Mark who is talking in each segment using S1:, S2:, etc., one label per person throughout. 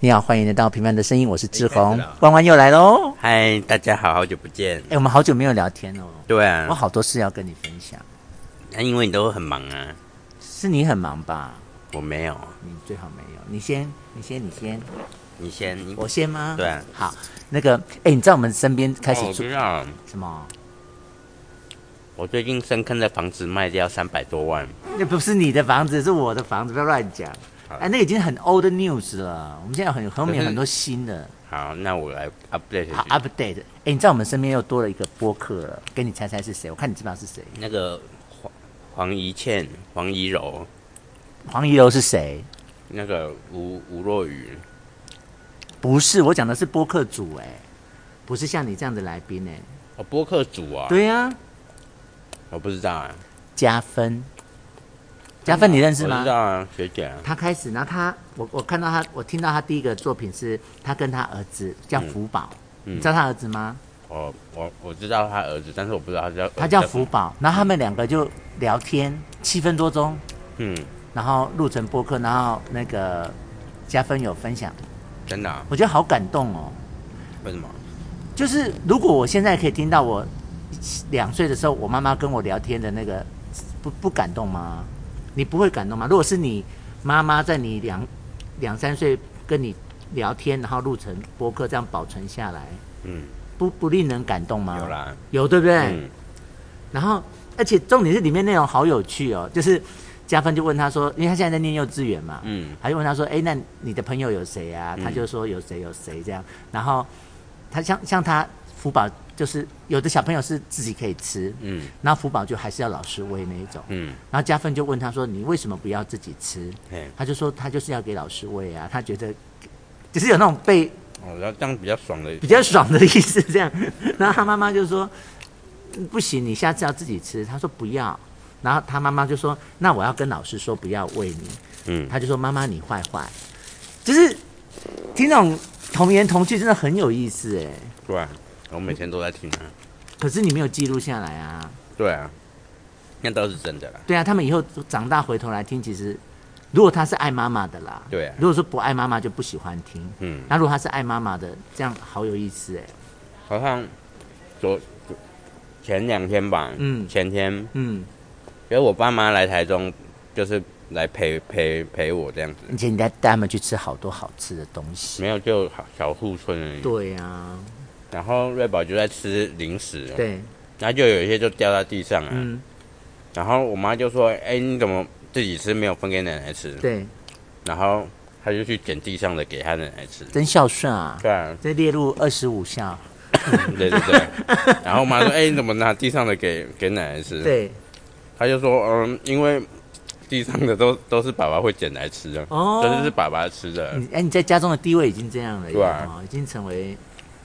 S1: 你好，欢迎来到《平凡的声音》，我是志
S2: 哎
S1: 宏，弯弯又来喽。
S2: 嗨，大家好，好久不见。
S1: 哎，我们好久没有聊天哦，
S2: 对啊
S1: 我，好多事要跟你分享。
S2: 那因为你都很忙啊，
S1: 是你很忙吧？
S2: 我没有。
S1: 你最好没有，你先，你先，你先，
S2: 你先，你
S1: 我先吗？
S2: 对啊
S1: 好，那个，哎，你知道我们身边开
S2: 哦
S1: 始
S2: 我
S1: 出、
S2: 知道，
S1: 什么？
S2: 我最近深坑的房子卖掉三百多万，
S1: 那不是你的房子，是我的房子，不要乱讲。
S2: 好
S1: 哎，那已经很 old news 了，我们现在很后
S2: 可
S1: 面
S2: 是
S1: 很多新的。
S2: 好，那我来 update 一
S1: 好
S2: 下
S1: ，update。哎，你知道我们身边又多了一个播客了，跟你猜猜是谁？我看你知不知道是谁？
S2: 那个黄黄怡倩、黄怡柔、
S1: 黄怡柔是谁？
S2: 那个吴吴若雨，
S1: 不是，我讲的是播客组哎、不是像你这样的来宾哎、
S2: 哦，播客组啊，
S1: 对呀、
S2: 我不知道啊，
S1: 加分，加分你认识
S2: 我
S1: 吗
S2: 知？道啊，学姐啊，
S1: 他开始，然后他，我我看到他，我听到他第一个作品是他跟他儿子叫福宝，
S2: 嗯
S1: 你知道他儿子吗？
S2: 我哦我我知道他儿子，但是我不知道他叫
S1: 他叫福，宝，然后他们两个就聊天七分多钟，
S2: 嗯，
S1: 然后录成播客，然后那个加分有分享，
S2: 真的啊，
S1: 我觉得好感动哦。
S2: 为什么？
S1: 就是如果我现在可以听到我两岁的时候，我妈妈跟我聊天的那个，不不感动吗？你不会感动吗？如果是你妈妈在你两两三岁跟你聊天，然后录成播客这样保存下来，
S2: 嗯，
S1: 不不令人感动吗？
S2: 有，啦，
S1: 有对不对？
S2: 嗯，
S1: 然后而且重点是里面内容好有趣哦，就是加分就问他说，因为他现在在念幼稚园嘛，
S2: 嗯，
S1: 他就问他说：“哎、那你的朋友有谁啊？”
S2: 嗯
S1: 他就说有谁有谁这样。然后他像像他福宝，就是有的小朋友是自己可以吃，
S2: 嗯，
S1: 然后福宝就还是要老师喂那一种。
S2: 嗯，
S1: 然后加分就问他说：“你为什么不要自己吃
S2: 嘿？”，
S1: 他就说他就是要给老师喂啊，他觉得就是有那种被
S2: 我要哦这样比较爽的
S1: 比较爽的意思 这样。然后他妈妈就说：“嗯不行，你下次要自己吃。”他说不要。然后他妈妈就说：“那我要跟老师说不要喂你。”
S2: 嗯，
S1: 他就说：“妈妈，你坏坏。”就是听那种童言童趣，真的很有意思哎。
S2: 对啊，我每天都在听啊。
S1: 可是你没有记录下来啊。
S2: 对啊，那都是真的啦。
S1: 对啊，他们以后长大回头来听，其实如果他是爱妈妈的啦，
S2: 对啊
S1: 如果说不爱妈妈就不喜欢听，
S2: 嗯，
S1: 那如果他是爱妈妈的，这样好有意思哎。
S2: 好像昨昨前两天吧，
S1: 嗯
S2: 前天，
S1: 嗯，
S2: 因为我爸妈来台中，就是来陪陪陪我这样子，
S1: 而且你带带他们去吃好多好吃的东西。
S2: 没有就小小户村而已。
S1: 对啊，
S2: 然后瑞宝就在吃零食，，
S1: 对，
S2: 然后就有一些就掉在地上啊。
S1: 嗯，
S2: 然后我妈就说：“哎，你怎么自己吃没有分给奶奶吃
S1: 对，？”
S2: 然后她就去捡地上的给她奶奶吃。
S1: 真孝顺啊，
S2: 对啊，
S1: 这列入二十五孝。
S2: 嗯对对 对。然后我妈说：“哎，你怎么拿地上的给给奶奶吃？”
S1: 对，
S2: 他就说，嗯，因为地上的都都是爸爸会捡来吃的，
S1: 哦
S2: 就是是爸爸吃的，
S1: 你哎，你在家中的地位已经这样了，
S2: 嗯对啊
S1: 哦已经成为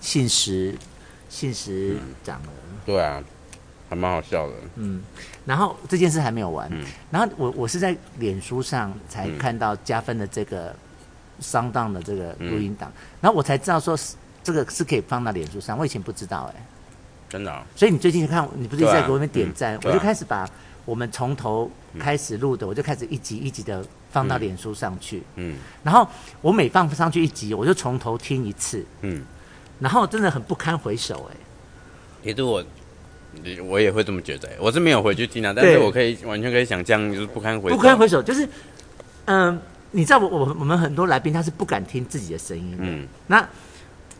S1: 信实信实长了。
S2: 对啊，还蛮好笑的，
S1: 然后这件事还没有完，
S2: 嗯
S1: 然后我我是在脸书上才看到加分的这个商档的这个录音
S2: 嗯
S1: 档，然后我才知道说是这个是可以放到脸书上，我以前不知道哎、
S2: 真的哦、
S1: 所以你最近看你不是一直
S2: 对
S1: 在
S2: 啊
S1: 给我们点赞，
S2: 嗯对
S1: 我
S2: 啊
S1: 就开始把我们从头开始录的，我就开始一集一集的放到脸书上去，
S2: 嗯
S1: 然后我每放上去一集，我就从头听一次，
S2: 嗯，
S1: 然后真的很不堪回首哎、
S2: 其实我。我也会这么觉得，我是没有回去听啊，但是
S1: 对
S2: 我可以完全可以想象，就是不堪回首
S1: 不堪回首，就是，嗯、你知道我我我们很多来宾他是不敢听自己的声音的。
S2: 嗯
S1: 那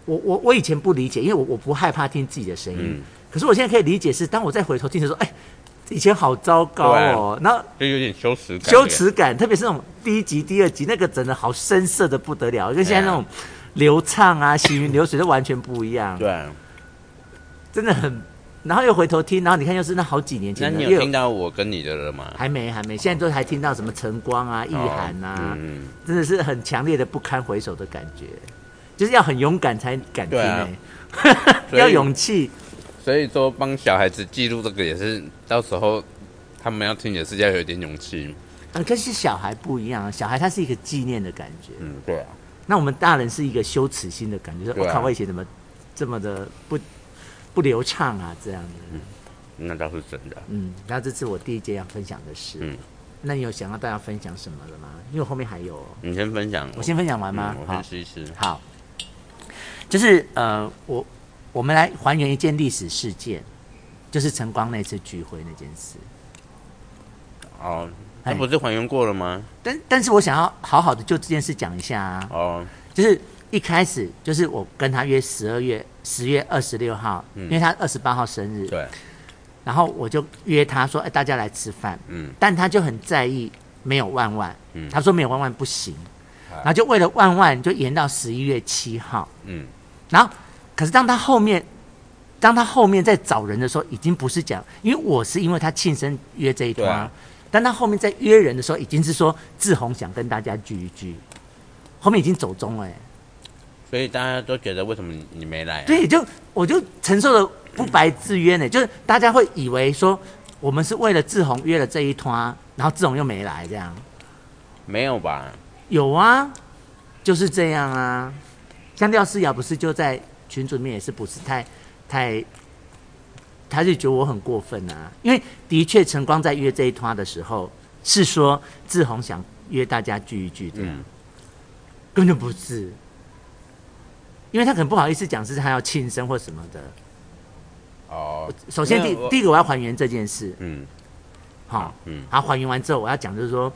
S1: 我我我以前不理解，因为我我不害怕听自己的声音，
S2: 嗯
S1: 可是我现在可以理解是，当我再回头听的时候，哎，以前好糟糕哦，然后
S2: 就有点羞耻感，
S1: 羞耻感，特别是那种第一集、第二集那个真的好深涩的不得了，跟现在那
S2: 哎
S1: 种流畅啊、 行云流水都完全不一样
S2: 对，对啊。
S1: 真的很。然后又回头听，然后你看又是那好几年
S2: 那
S1: 前的，
S2: 你
S1: 又
S2: 有听到我跟你的了吗？
S1: 还没还没，现在都还听到什么晨光啊、意涵啊，
S2: 哦嗯，
S1: 真的是很强烈的不堪回首的感觉，就是要很勇敢才敢听、
S2: 对
S1: 欸
S2: 啊所以
S1: 要勇气。
S2: 所以说帮小孩子记录这个也是，到时候他们要听也是要有一点勇气。
S1: 啊，可是小孩不一样啊，小孩他是一个纪念的感觉，
S2: 嗯，对啊，
S1: 那我们大人是一个羞耻心的感觉，说
S2: 对
S1: 我
S2: 啊
S1: 靠，我以前怎么这么的不不流畅啊，这样子。
S2: 那倒是真的。
S1: 嗯，那这是我第一件要分享的事。
S2: 嗯
S1: 那你有想要大家分享什么了吗？因为后面还有哦，
S2: 你先分享，
S1: 我先分享完吗
S2: 嗯？我
S1: 好
S2: 先，试一试。
S1: 好，就是呃，我我们来还原一件历史事件，就是晨光那次聚会那件事。
S2: 哦，
S1: 哎
S2: 那不是还原过了吗？
S1: 但但是我想要好好的就这件事讲一下啊，
S2: 哦，
S1: 就是一开始就是我跟他约十二月十月二十六号，因为他二十八号生日，
S2: 对，
S1: 然后我就约他说，哎，大家来吃饭，
S2: 嗯，
S1: 但他就很在意没有万万，
S2: 嗯
S1: 他说没有万万不行，
S2: 啊
S1: 然后就为了万万就延到十一月七号，
S2: 嗯，
S1: 然后可是当他后面。当他后面在找人的时候，已经不是讲，因为我是因为他庆生约这一
S2: 对
S1: 团、
S2: 啊
S1: 但他后面在约人的时候，已经是说志宏想跟大家聚一聚，后面已经走中了、欸。
S2: 所以大家都觉得为什么你没来、啊？，
S1: 对，就我就承受了不白之冤呢、就是大家会以为说我们是为了志宏约了这一团，然后志宏又没来这样。
S2: 没有吧？
S1: 有啊，就是这样啊。像廖思雅不是就在群组里面也是不是太太，他就觉得我很过分啊，因为的确晨光在约这一团的时候是说志宏想约大家聚一聚的，
S2: 嗯，
S1: 根本就不是，因为他可能不好意思讲是他要庆生或什么的。
S2: 哦，
S1: 首先
S2: 没
S1: 第
S2: 有我
S1: 第一个我要还原这件事，
S2: 嗯，
S1: 好、
S2: 嗯，
S1: 然后还原完之后，我要讲就是说，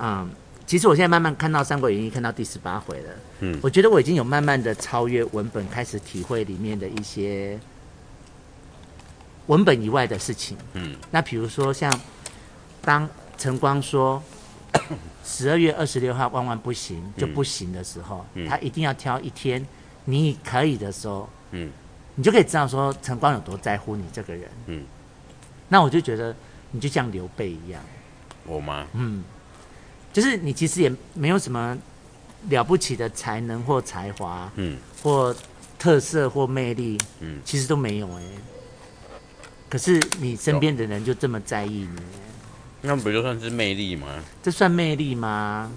S1: 嗯，其实我现在慢慢看到《三国演义》看到第十八回了，
S2: 嗯
S1: 我觉得我已经有慢慢的超越文本，开始体会里面的一些文本以外的事情。
S2: 嗯，
S1: 那比如说像当晨光说十二月二十六号万万不行就不行的时候，
S2: 嗯
S1: 他一定要挑一天你可以的时候，
S2: 嗯，
S1: 你就可以知道说晨光有多在乎你这个人，
S2: 嗯，
S1: 那我就觉得你就像刘备一样，
S2: 我吗？
S1: 就是你其实也没有什么了不起的才能或才华
S2: 嗯，
S1: 或特色或魅力，
S2: 嗯
S1: 其实都没有哎、可是你身边的人就这么在意你，
S2: 那不就算是魅力吗？
S1: 这算魅力吗？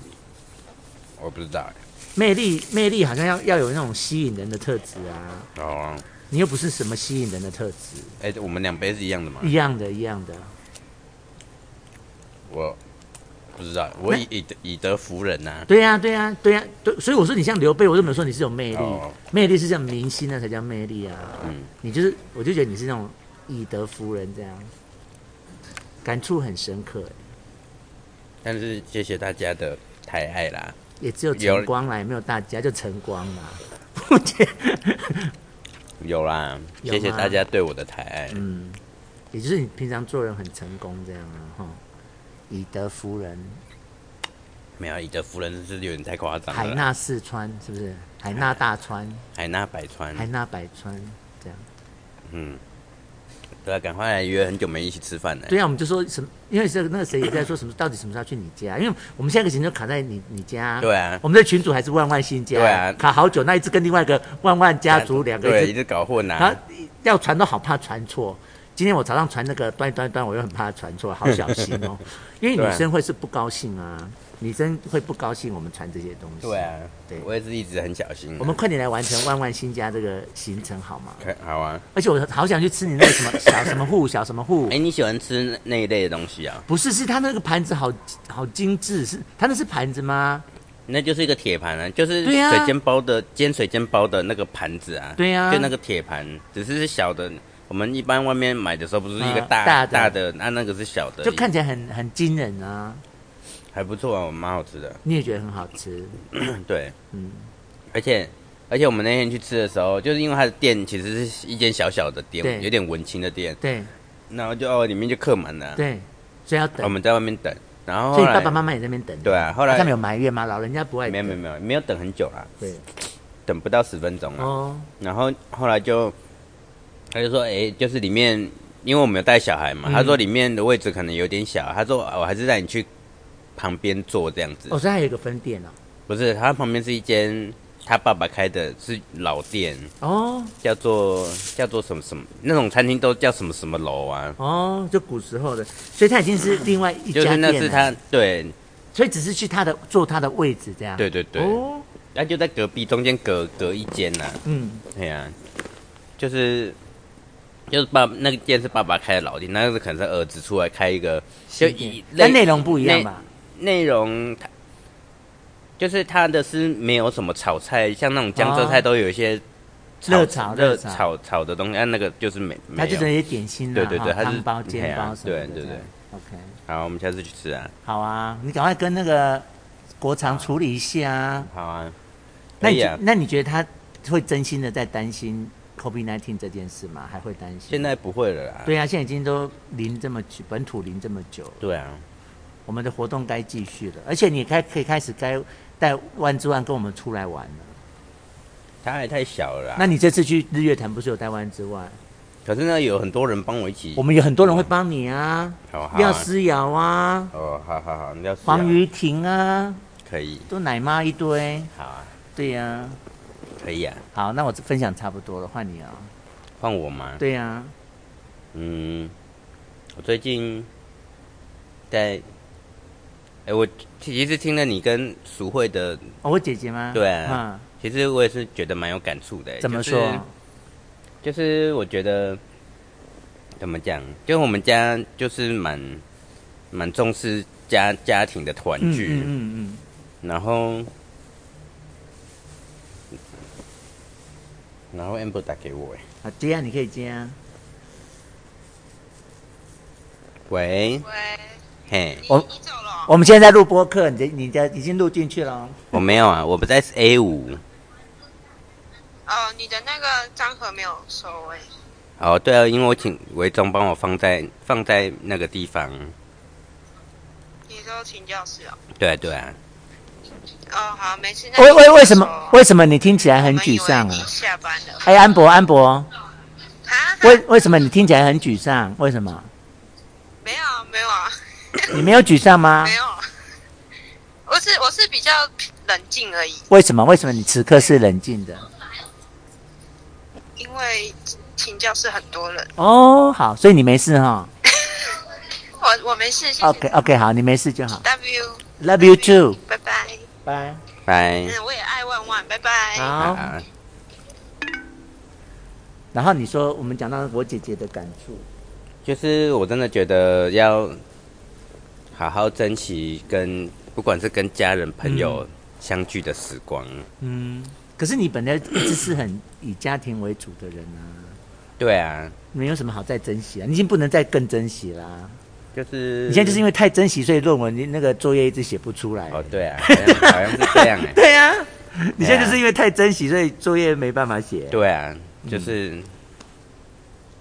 S2: 我不知道、欸
S1: 魅力，魅力好像要要有那种吸引人的特质啊，
S2: 欸。哦，
S1: 你又不是什么吸引人的特质，
S2: 哎、我们两杯是一样的吗？
S1: 一样的，一样的。
S2: 我不知道，我以以德以德服人呐、
S1: 对呀、对呀、对呀、啊对。所以我说你像刘备，我就没有说你是有魅力，
S2: 哦
S1: 魅力是像明星那才叫魅力啊。
S2: 嗯，
S1: 你就是，我就觉得你是那种以德服人这样，感触很深刻欸。
S2: 但是谢谢大家的抬爱啦。
S1: 也只有
S2: 有
S1: 晨光啦，也没有大家，就晨光啦。 我觉得，
S2: 有啦，
S1: 有
S2: 谢谢
S1: 吗
S2: 大家对我的抬爱。
S1: 嗯，也就是你平常做人很成功这样啊，哈，以德服人。
S2: 没有以德服人是有点太夸张了啦。
S1: 海纳四川是不是？海纳大川，
S2: 海纳百川，
S1: 海纳百川这样。
S2: 嗯，对啊，赶快来约，很久没一起吃饭了。
S1: 对啊，我们就说什么，因为这个那个谁也在说什么，到底什么时候去你家？因为我们下个行程卡在你你家。
S2: 对啊
S1: 我们的群主还是万万新家。
S2: 对啊
S1: 卡好久，那一直跟另外一个万万家族两个
S2: 对，
S1: 人
S2: 一，直搞混
S1: 然后
S2: 啊。
S1: 要传都好怕传错。今天我早上传那个端端端，我又很怕传错，好小心 哦。因为
S2: 对啊
S1: 女生会是不高兴啊，女生会不高兴我们传这些东西。
S2: 对啊，
S1: 对
S2: 我也是一直很小心啊。
S1: 我们快点来完成万万新家这个行程好吗？
S2: 看好啊。
S1: 而且我好想去吃你那个什么小什么户小什么户
S2: 哎、，你喜欢吃那那一类的东西啊？
S1: 不是，是他那个盘子好好精致，是他那是盘子吗？
S2: 那就是一个铁盘啊，就是
S1: 对啊
S2: 水煎包的、煎水煎包的那个盘子啊。
S1: 对啊
S2: 就那个铁盘，只是是小的。我们一般外面买的时候不是一个
S1: 嗯
S2: 大、
S1: 大的
S2: 大的，啊那、那个是小的，
S1: 就看起来很很惊人啊！
S2: 还不错啊，蛮好吃的。
S1: 你也觉得很好吃，
S2: 对，
S1: 嗯，
S2: 而且而且我们那天去吃的时候，就是因为它的店其实是一间小小的
S1: 对
S2: 店，有点文青的店，
S1: 对
S2: 然后就哦里面就客满了，
S1: 对，所以要
S2: 我
S1: 等，
S2: 们在外面等，然后
S1: 所
S2: 后
S1: 以
S2: 来
S1: 爸爸妈妈也在那边等。
S2: 对啊，后来
S1: 他们有埋怨吗？老人家不爱
S2: 没有没有
S1: 等。
S2: 没有没有等很久啦，
S1: 对，
S2: 等不到十分钟啊，
S1: 哦，
S2: 然后后来就他就说，哎，就是里面。因为我们有带小孩
S1: 嗯
S2: 嘛，他说里面的位置可能有点小，他说哦我还是带你去旁边坐这样子。
S1: 哦，所以还有一个分店哦。
S2: 不是，他旁边是一间他爸爸开的，是老店，
S1: 哦
S2: 叫做叫做什么什么那种餐厅都叫什么什么楼啊？
S1: 哦，就古时候的，所以他已经是另外一家
S2: 就
S1: 店啊
S2: 是
S1: 了。
S2: 那是他对
S1: 所以只是去他的坐他的位置这样。
S2: 对对对，
S1: 哦，
S2: 那、就啊在隔壁中间隔隔一间呐、
S1: 嗯，
S2: 对呀、就是就是爸那个店是爸爸开的老店，那个可能是儿子出来开一个，就
S1: 新店
S2: 以
S1: 但内容不一样吧？
S2: 内容它就是它的是没有什么炒菜，像那种江浙菜
S1: 哦
S2: 都有一些
S1: 热炒
S2: 热
S1: 热炒
S2: 炒炒的东西，啊但那个就是没没
S1: 它就
S2: 有
S1: 等。于点心啦，
S2: 对对对
S1: 哈
S2: 它是
S1: 汤包、
S2: 嘿
S1: 煎
S2: 啊
S1: 包什么的，
S2: 对对对
S1: OK，
S2: 好，我们下次去吃啊。
S1: 好啊，你赶快跟那个国常处理一下啊。
S2: 好啊，
S1: 那
S2: 可
S1: 你
S2: 以
S1: 觉、
S2: 啊。
S1: 那你觉得他会真心的在担心 COVID 1 9这件事吗？还会担心？
S2: 现在不会了啦。
S1: 对啊，现在已经都零这么久，本土零这么久，
S2: 对啊，
S1: 我们的活动该继续了，而且你该可以开始该带万之万跟我们出来玩了。
S2: 他还太小了
S1: 那
S2: 啦。
S1: 你这次去日月潭不是有带万之万？
S2: 可是呢，有很多人帮我一起
S1: 我。们有很多人会帮你啊，
S2: 啊好好啊
S1: 廖思瑶啊，
S2: 哦，好好好，你要
S1: 黄瑜婷啊，
S2: 可以，
S1: 都奶妈一堆。
S2: 好啊，
S1: 对呀、
S2: 可以啊。
S1: 好，那我分享差不多了，换你啊、
S2: 换我吗？
S1: 对呀、
S2: 嗯，我最近在，哎、我其实听了你跟淑慧的，
S1: 哦，我姐姐吗？
S2: 对啊其实我也是觉得蛮有感触的、
S1: 嗯，怎么
S2: 就是
S1: 说？
S2: 就是我觉得怎么讲，就我们家就是蛮蛮重视家家庭的团
S1: 嗯
S2: 聚，
S1: 嗯嗯嗯，
S2: 然后然后 amber 打给我、哎，
S1: 好，接啊，你可以接啊。
S2: 喂，
S3: 喂，
S2: 嘿，
S3: 你
S1: 我
S3: 你走了哦？
S1: 我们现在在录播客，你的你的已经录进去了哦。
S2: 我没有啊，我不在 A 五。
S3: 哦，你的那个章盒没有收哎、
S2: 哦，对啊，因为我请维忠帮我放在放在那个地方。
S3: 你说请教室哦。
S2: 对啊，对啊，
S3: 哦，好，没事。那
S1: 为
S3: 你
S1: 为
S3: 自己
S1: 为什么
S3: 收啊
S1: 为什么你听起来很
S3: 我们以
S1: 沮
S3: 为
S1: 丧啊
S3: 你？下班了。
S1: 哎，安博安博，
S3: 啊？
S1: 为
S3: 哈
S1: 为什么你听起来很沮丧？为什么？
S3: 没有没有啊，
S1: 你没有沮丧吗
S3: 没？有啊。我是我是比较冷静而已，
S1: 为什么？为什么你此刻是冷静的？
S3: 因为请教室很多人。
S1: 哦，好，所以你没事哈。
S3: 我我没事，谢谢。
S1: OK OK，好，你没事就好。
S3: W
S1: Love you too，
S3: 拜拜。
S1: 拜。
S2: 拜。
S3: 嗯，我也爱万万，拜拜。
S1: 好
S2: 啊，
S1: 然后你说我们讲到我姐姐的感触，
S2: 就是我真的觉得要好好珍惜跟不管是跟家人朋友相聚的时光。
S1: 嗯，可是你本来一直是很以家庭为主的人啊，
S2: 对啊，
S1: 没有什么好再珍惜啊，你已经不能再更珍惜啦、
S2: 就是
S1: 你现在就是因为太珍惜，所以论文你那个作业一直写不出来。
S2: 哦，对啊，好像好像是这样哎、
S1: 对啊，你现在就是因为太珍惜，所以作业没办法写。
S2: 对啊，就是、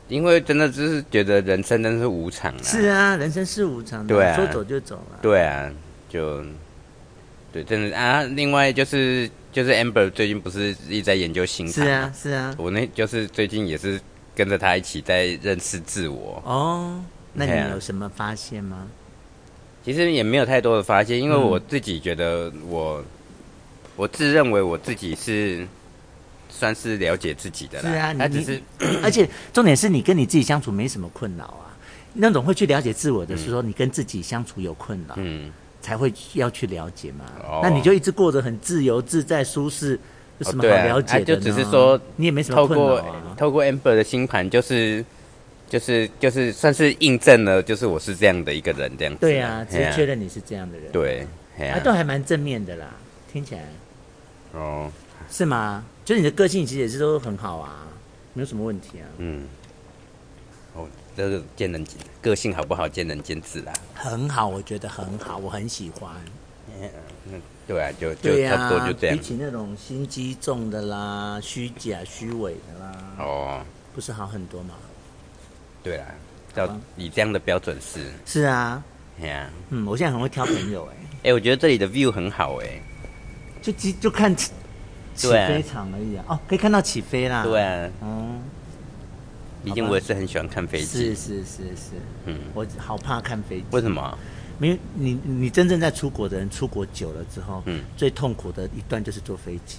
S2: 因为真的就是觉得人生真是无常啊。
S1: 是啊，人生是无常的，
S2: 对啊
S1: 说走就走了。
S2: 对啊，就对，真的啊。另外就是就是 Amber 最近不是一直在研究星
S1: 是
S2: 盘
S1: 啊
S2: 吗，，
S1: 是啊。
S2: 我那就是最近也是跟着他一起在认识自我。
S1: 哦，那
S2: 对啊
S1: 你有什么发现吗？
S2: 其实也没有太多的发现，因为
S1: 嗯
S2: 我自己觉得我、我自认为我自己是算是了解自己的啦。
S1: 是啊你
S2: 他只是
S1: 而且重点是你跟你自己相处没什么困扰啊。那种会去了解自我的时候，你跟自己相处有困扰，
S2: 嗯，
S1: 才会要去了解嘛。
S2: 哦
S1: 那你就一直过得很自由自在、舒适，有什么好
S2: 对啊
S1: 了解的呢、
S2: 啊就只是说
S1: 你也没什么
S2: 透
S1: 困扰
S2: 过、
S1: 啊。
S2: 透过 Amber 的星盘，就是就是就是算是印证了，就是我是这样的一个人这样子。
S1: 对啊，只
S2: 嘿
S1: 是确认你是这样的人。
S2: 对，嘿
S1: 啊，
S2: 啊
S1: 都还蛮正面的啦，听起来
S2: 哦，
S1: 是吗？就是你的个性其实也是都很好啊，没有什么问题啊，
S2: 嗯，哦，这个见仁见个性好不好，见仁见智啦。
S1: 很好，我觉得很好，我很喜欢。
S2: 对啊，就就
S1: 对呀、
S2: 差不多就这样
S1: 比。起那种心机重的啦、虚假虚伪的啦，
S2: 哦，
S1: 不是好很多吗？
S2: 对啦，照
S1: 好吧
S2: 以这样的标准是，
S1: 是啊，
S2: 嘿啊，
S1: 嗯，我现在很会挑朋友哎、
S2: 哎、我觉得这里的 view 很好哎、
S1: 就就就看起起
S2: 对啊
S1: 飞场而已啊。哦，可以看到起飞啦。
S2: 对，啊，
S1: 嗯，
S2: 毕竟我也是很喜欢看飞
S1: 是
S2: 机。
S1: 是是是，
S2: 嗯，
S1: 我好怕看飞机。
S2: 为什么？
S1: 没有你，你真正在出国的人，出国久了之后，
S2: 嗯
S1: 最痛苦的一段就是坐飞机，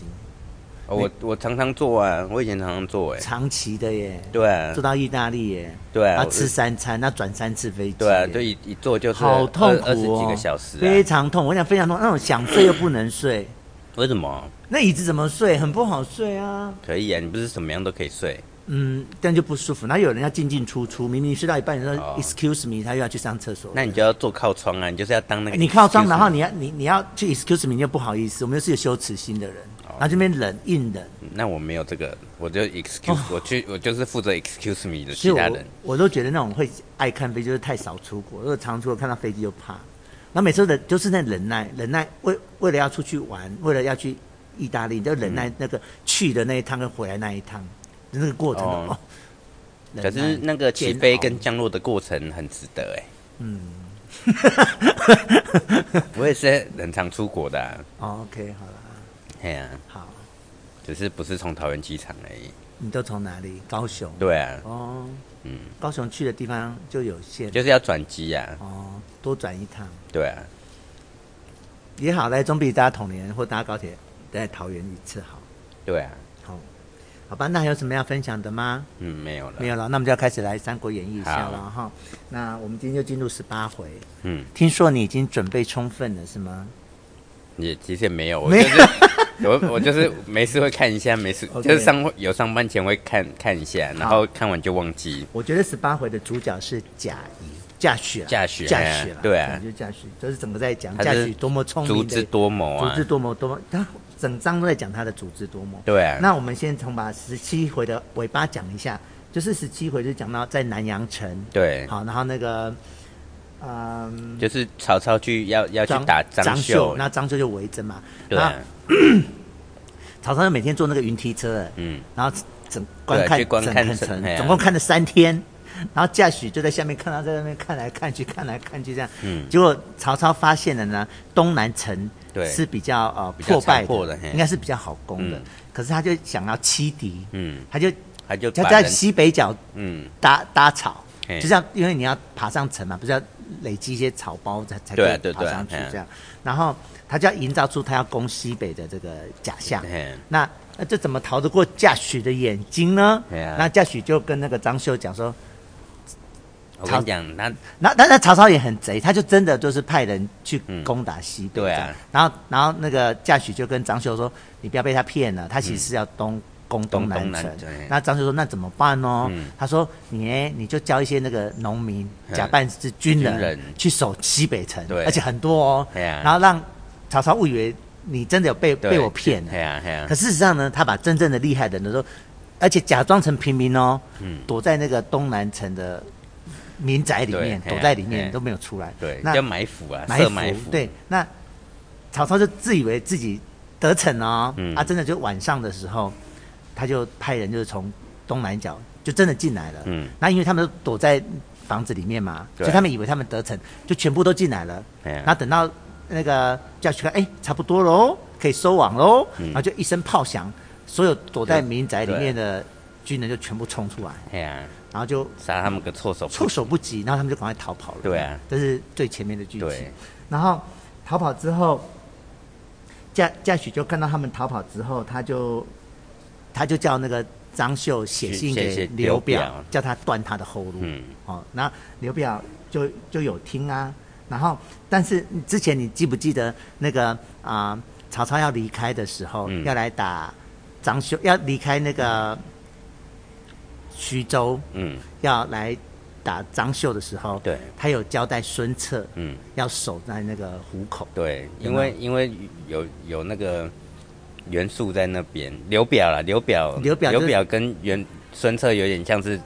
S2: 哦、我我常常做啊，我以前常常做哎、
S1: 长期的耶，
S2: 对啊
S1: 坐，到意大利耶，
S2: 对啊
S1: 要
S2: 我
S1: 吃三餐，那转三次飞机耶，
S2: 对啊，就一一做就是
S1: 好痛
S2: 二十
S1: 苦哦，
S2: 几个小时、
S1: 非
S2: 啊。
S1: 常痛，我想非常痛，那种想睡又不能睡，
S2: 为什么？
S1: 那椅子怎么睡，很不好睡啊，
S2: 可以啊，你不是什么样都可以睡。
S1: 嗯，但就不舒服。然后有人要进进出出，明明睡到一半，你说
S2: 哦
S1: excuse me，他又要去上厕所。哎
S2: 那你就要做靠窗啊，你就是要当那个
S1: 你靠窗，
S2: excuse
S1: 然后
S2: me
S1: 你要你你要去 excuse me，你又不好意思。我们又是有羞耻心的人，
S2: 哦
S1: 然后这边冷硬冷，
S2: 那我没有这个，我就 excuse，、我去我就是负责 excuse me
S1: 所
S2: 的其
S1: 以
S2: 他
S1: 哦我
S2: 人。
S1: 我都觉得那种会爱看飞机就是太少出国，如果常出国看到飞机就怕。然后每次的就是那忍耐，忍耐为为了要出去玩，为了要去意大利，你就忍耐
S2: 嗯
S1: 那个去的那一趟跟回来那一趟那个过程
S2: 哦
S1: 哦。
S2: 可
S1: 忍耐
S2: 是那个起
S1: 煎
S2: 飞
S1: 熬
S2: 跟降落的过程很值得哎、嗯，我也是很常出国的、啊，
S1: 哦 OK 好了，
S2: 哎呀、
S1: 好，
S2: 只是不是从桃园机场而已。
S1: 你都从哪里？高雄
S2: 对啊，
S1: 哦，
S2: 嗯，
S1: 高雄去的地方就有限
S2: 就是要转机啊，
S1: 哦，多转一趟。
S2: 对啊，
S1: 也好嘞，总比搭统联或搭高铁在桃园一次好。
S2: 对啊，
S1: 好，好吧，那还有什么要分享的吗？
S2: 嗯，没有了，
S1: 没有了，那我们就要开始来《三国演义》一下
S2: 好
S1: 了哈。那我们今天就进入十八回。
S2: 嗯，
S1: 听说你已经准备充分了，是吗？
S2: 也其实也没有，我
S1: 没
S2: 就
S1: 有
S2: 是我我就是没事会看一下，没事
S1: OK
S2: 就是上有上班前会看看一下，然后看完就忘记。
S1: 我觉得十八回的主角是贾谊、贾诩啦、
S2: 贾诩
S1: 贾
S2: 哎
S1: 诩了，
S2: 对啊
S1: 就是贾诩，就是整个在讲
S2: 他
S1: 贾
S2: 是
S1: 诩多么聪
S2: 足
S1: 明
S2: 智
S1: 的，
S2: 多谋
S1: 足
S2: 啊
S1: 智，多谋，多么他整章都在讲他的足智多谋。
S2: 对啊，
S1: 那我们先从把十七回的尾巴讲一下，就是十七回就讲到在南阳城，
S2: 对，
S1: 好，然后那个，嗯，
S2: 就是曹操去要要去
S1: 张
S2: 打
S1: 张
S2: 绣，
S1: 那张绣就围着嘛。
S2: 对啊
S1: 那，曹操就每天坐那个云梯车，
S2: 嗯，
S1: 然后整观
S2: 去
S1: 看
S2: 观
S1: 整
S2: 看
S1: 个
S2: 城
S1: 城
S2: 哎，呀
S1: 总共看了三天。然后贾诩就在下面看他在那边看来看去，看来看去这样。
S2: 嗯
S1: 结果曹操发现了呢，东南城
S2: 对
S1: 是比较呃
S2: 比较
S1: 破败
S2: 残破的嘿
S1: 应该是比较好攻的
S2: 嗯。
S1: 可是他就想要欺敌，
S2: 嗯，
S1: 他就
S2: 他就
S1: 他
S2: 把
S1: 在
S2: 人
S1: 西北角
S2: 嗯，
S1: 搭搭草，
S2: 嘿
S1: 就像因为你要爬上城嘛，不是要累积一些草包才才可
S2: 对啊
S1: 以
S2: 对
S1: 爬
S2: 对啊
S1: 上去
S2: 嘿啊
S1: 这样。然后他就要营造出他要攻西北的这个假象。
S2: 嘿
S1: 那那这怎么逃得过贾诩的眼睛呢？
S2: 嘿啊
S1: 那贾诩就跟那个张绣讲说，
S2: 我跟你讲，那
S1: 那但那曹操也很贼，他就真的就是派人去
S2: 嗯
S1: 攻打西北、
S2: 对啊
S1: 这样然后然后那个贾诩就跟张绣说：“你不要被他骗了，他其实是要东。攻
S2: 嗯东
S1: 南
S2: 东南
S1: 城
S2: 城，
S1: 那张绣说：“那怎么办哦？”
S2: 嗯
S1: 他说：“你呢，你就叫一些那个农民
S2: 嗯
S1: 假扮是军人
S2: 军人
S1: 去守西北城，
S2: 对
S1: 而且很多哦。
S2: 对啊
S1: 然后让曹操误以为你真的有被
S2: 对
S1: 被我骗了
S2: 嘿。啊嘿啊
S1: 可，事实上呢，他把真正的厉害的人都，而且假装成平民哦，
S2: 嗯
S1: 躲在那个东南城的民宅里面，
S2: 对
S1: 躲在
S2: 嘿啊
S1: 里
S2: 嘿
S1: 面
S2: 啊
S1: 都没有出来。
S2: 对，
S1: 那
S2: 叫埋伏啊，
S1: 埋
S2: 设
S1: 伏
S2: 埋伏，
S1: 对，那曹操就自以为自己得逞哦，
S2: 嗯
S1: 啊，真的就晚上的时候，他就派人就是从东南角就真的进来了。
S2: 嗯，
S1: 那因为他们都躲在房子里面嘛，
S2: 对
S1: 所以他们以为他们得逞，就全部都进来了。
S2: 嘿啊
S1: 然后等到那个叫去看，哎，差不多喽，可以收网喽，
S2: 嗯
S1: 然后就一声炮响，所有躲在民宅里面的军人就全部冲出来，
S2: 嘿啊，
S1: 然后就
S2: 杀他们个措手不
S1: 措
S2: 及，
S1: 手不及，然后他们就赶快逃跑了。
S2: 对啊，
S1: 这是最前面的剧情
S2: 对。
S1: 然后逃跑之后，贾贾诩就看到他们逃跑之后，他就他就叫那个张绣写信
S2: 写写
S1: 给
S2: 刘
S1: 刘表，
S2: 表
S1: 叫他断他的后路。
S2: 嗯，
S1: 哦，那刘表就就有听啊。然后，但是之前你记不记得那个啊、曹操要离开的时候，
S2: 嗯
S1: 要来打张绣，要离开那个徐州，
S2: 嗯，
S1: 要来打张绣的时候，
S2: 对，
S1: 他有交代孙策，
S2: 嗯，
S1: 要守在那个虎口。
S2: 对，
S1: 有没有
S2: 因为因为有有那个袁术在那边，刘表啦，刘表，
S1: 刘表就
S2: 刘表跟袁孙策有点像是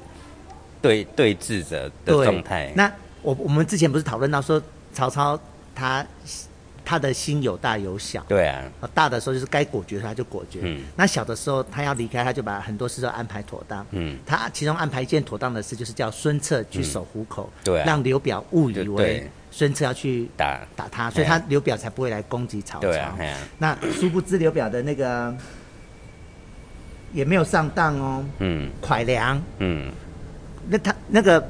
S2: 对对峙着的
S1: 对，
S2: 状态。
S1: 那我我们之前不是讨论到说，曹操他他的心有大有小，
S2: 对啊，
S1: 啊大的时候就是该果决他就果决，
S2: 嗯
S1: 那小的时候他要离开，他就把很多事都安排妥当。
S2: 嗯，
S1: 他其中安排一件妥当的事，就是叫孙策去守虎口，
S2: 对啊
S1: 让刘表误以
S2: 对
S1: 为
S2: 对
S1: 孙策要去
S2: 打
S1: 打他，所以
S2: 嘿
S1: 他
S2: 啊
S1: 刘表才不会来攻击曹操。
S2: 对啊，哎呀、
S1: 那殊不知刘表的那个也没有上当哦，
S2: 嗯
S1: 蒯良，
S2: 嗯，
S1: 那他那个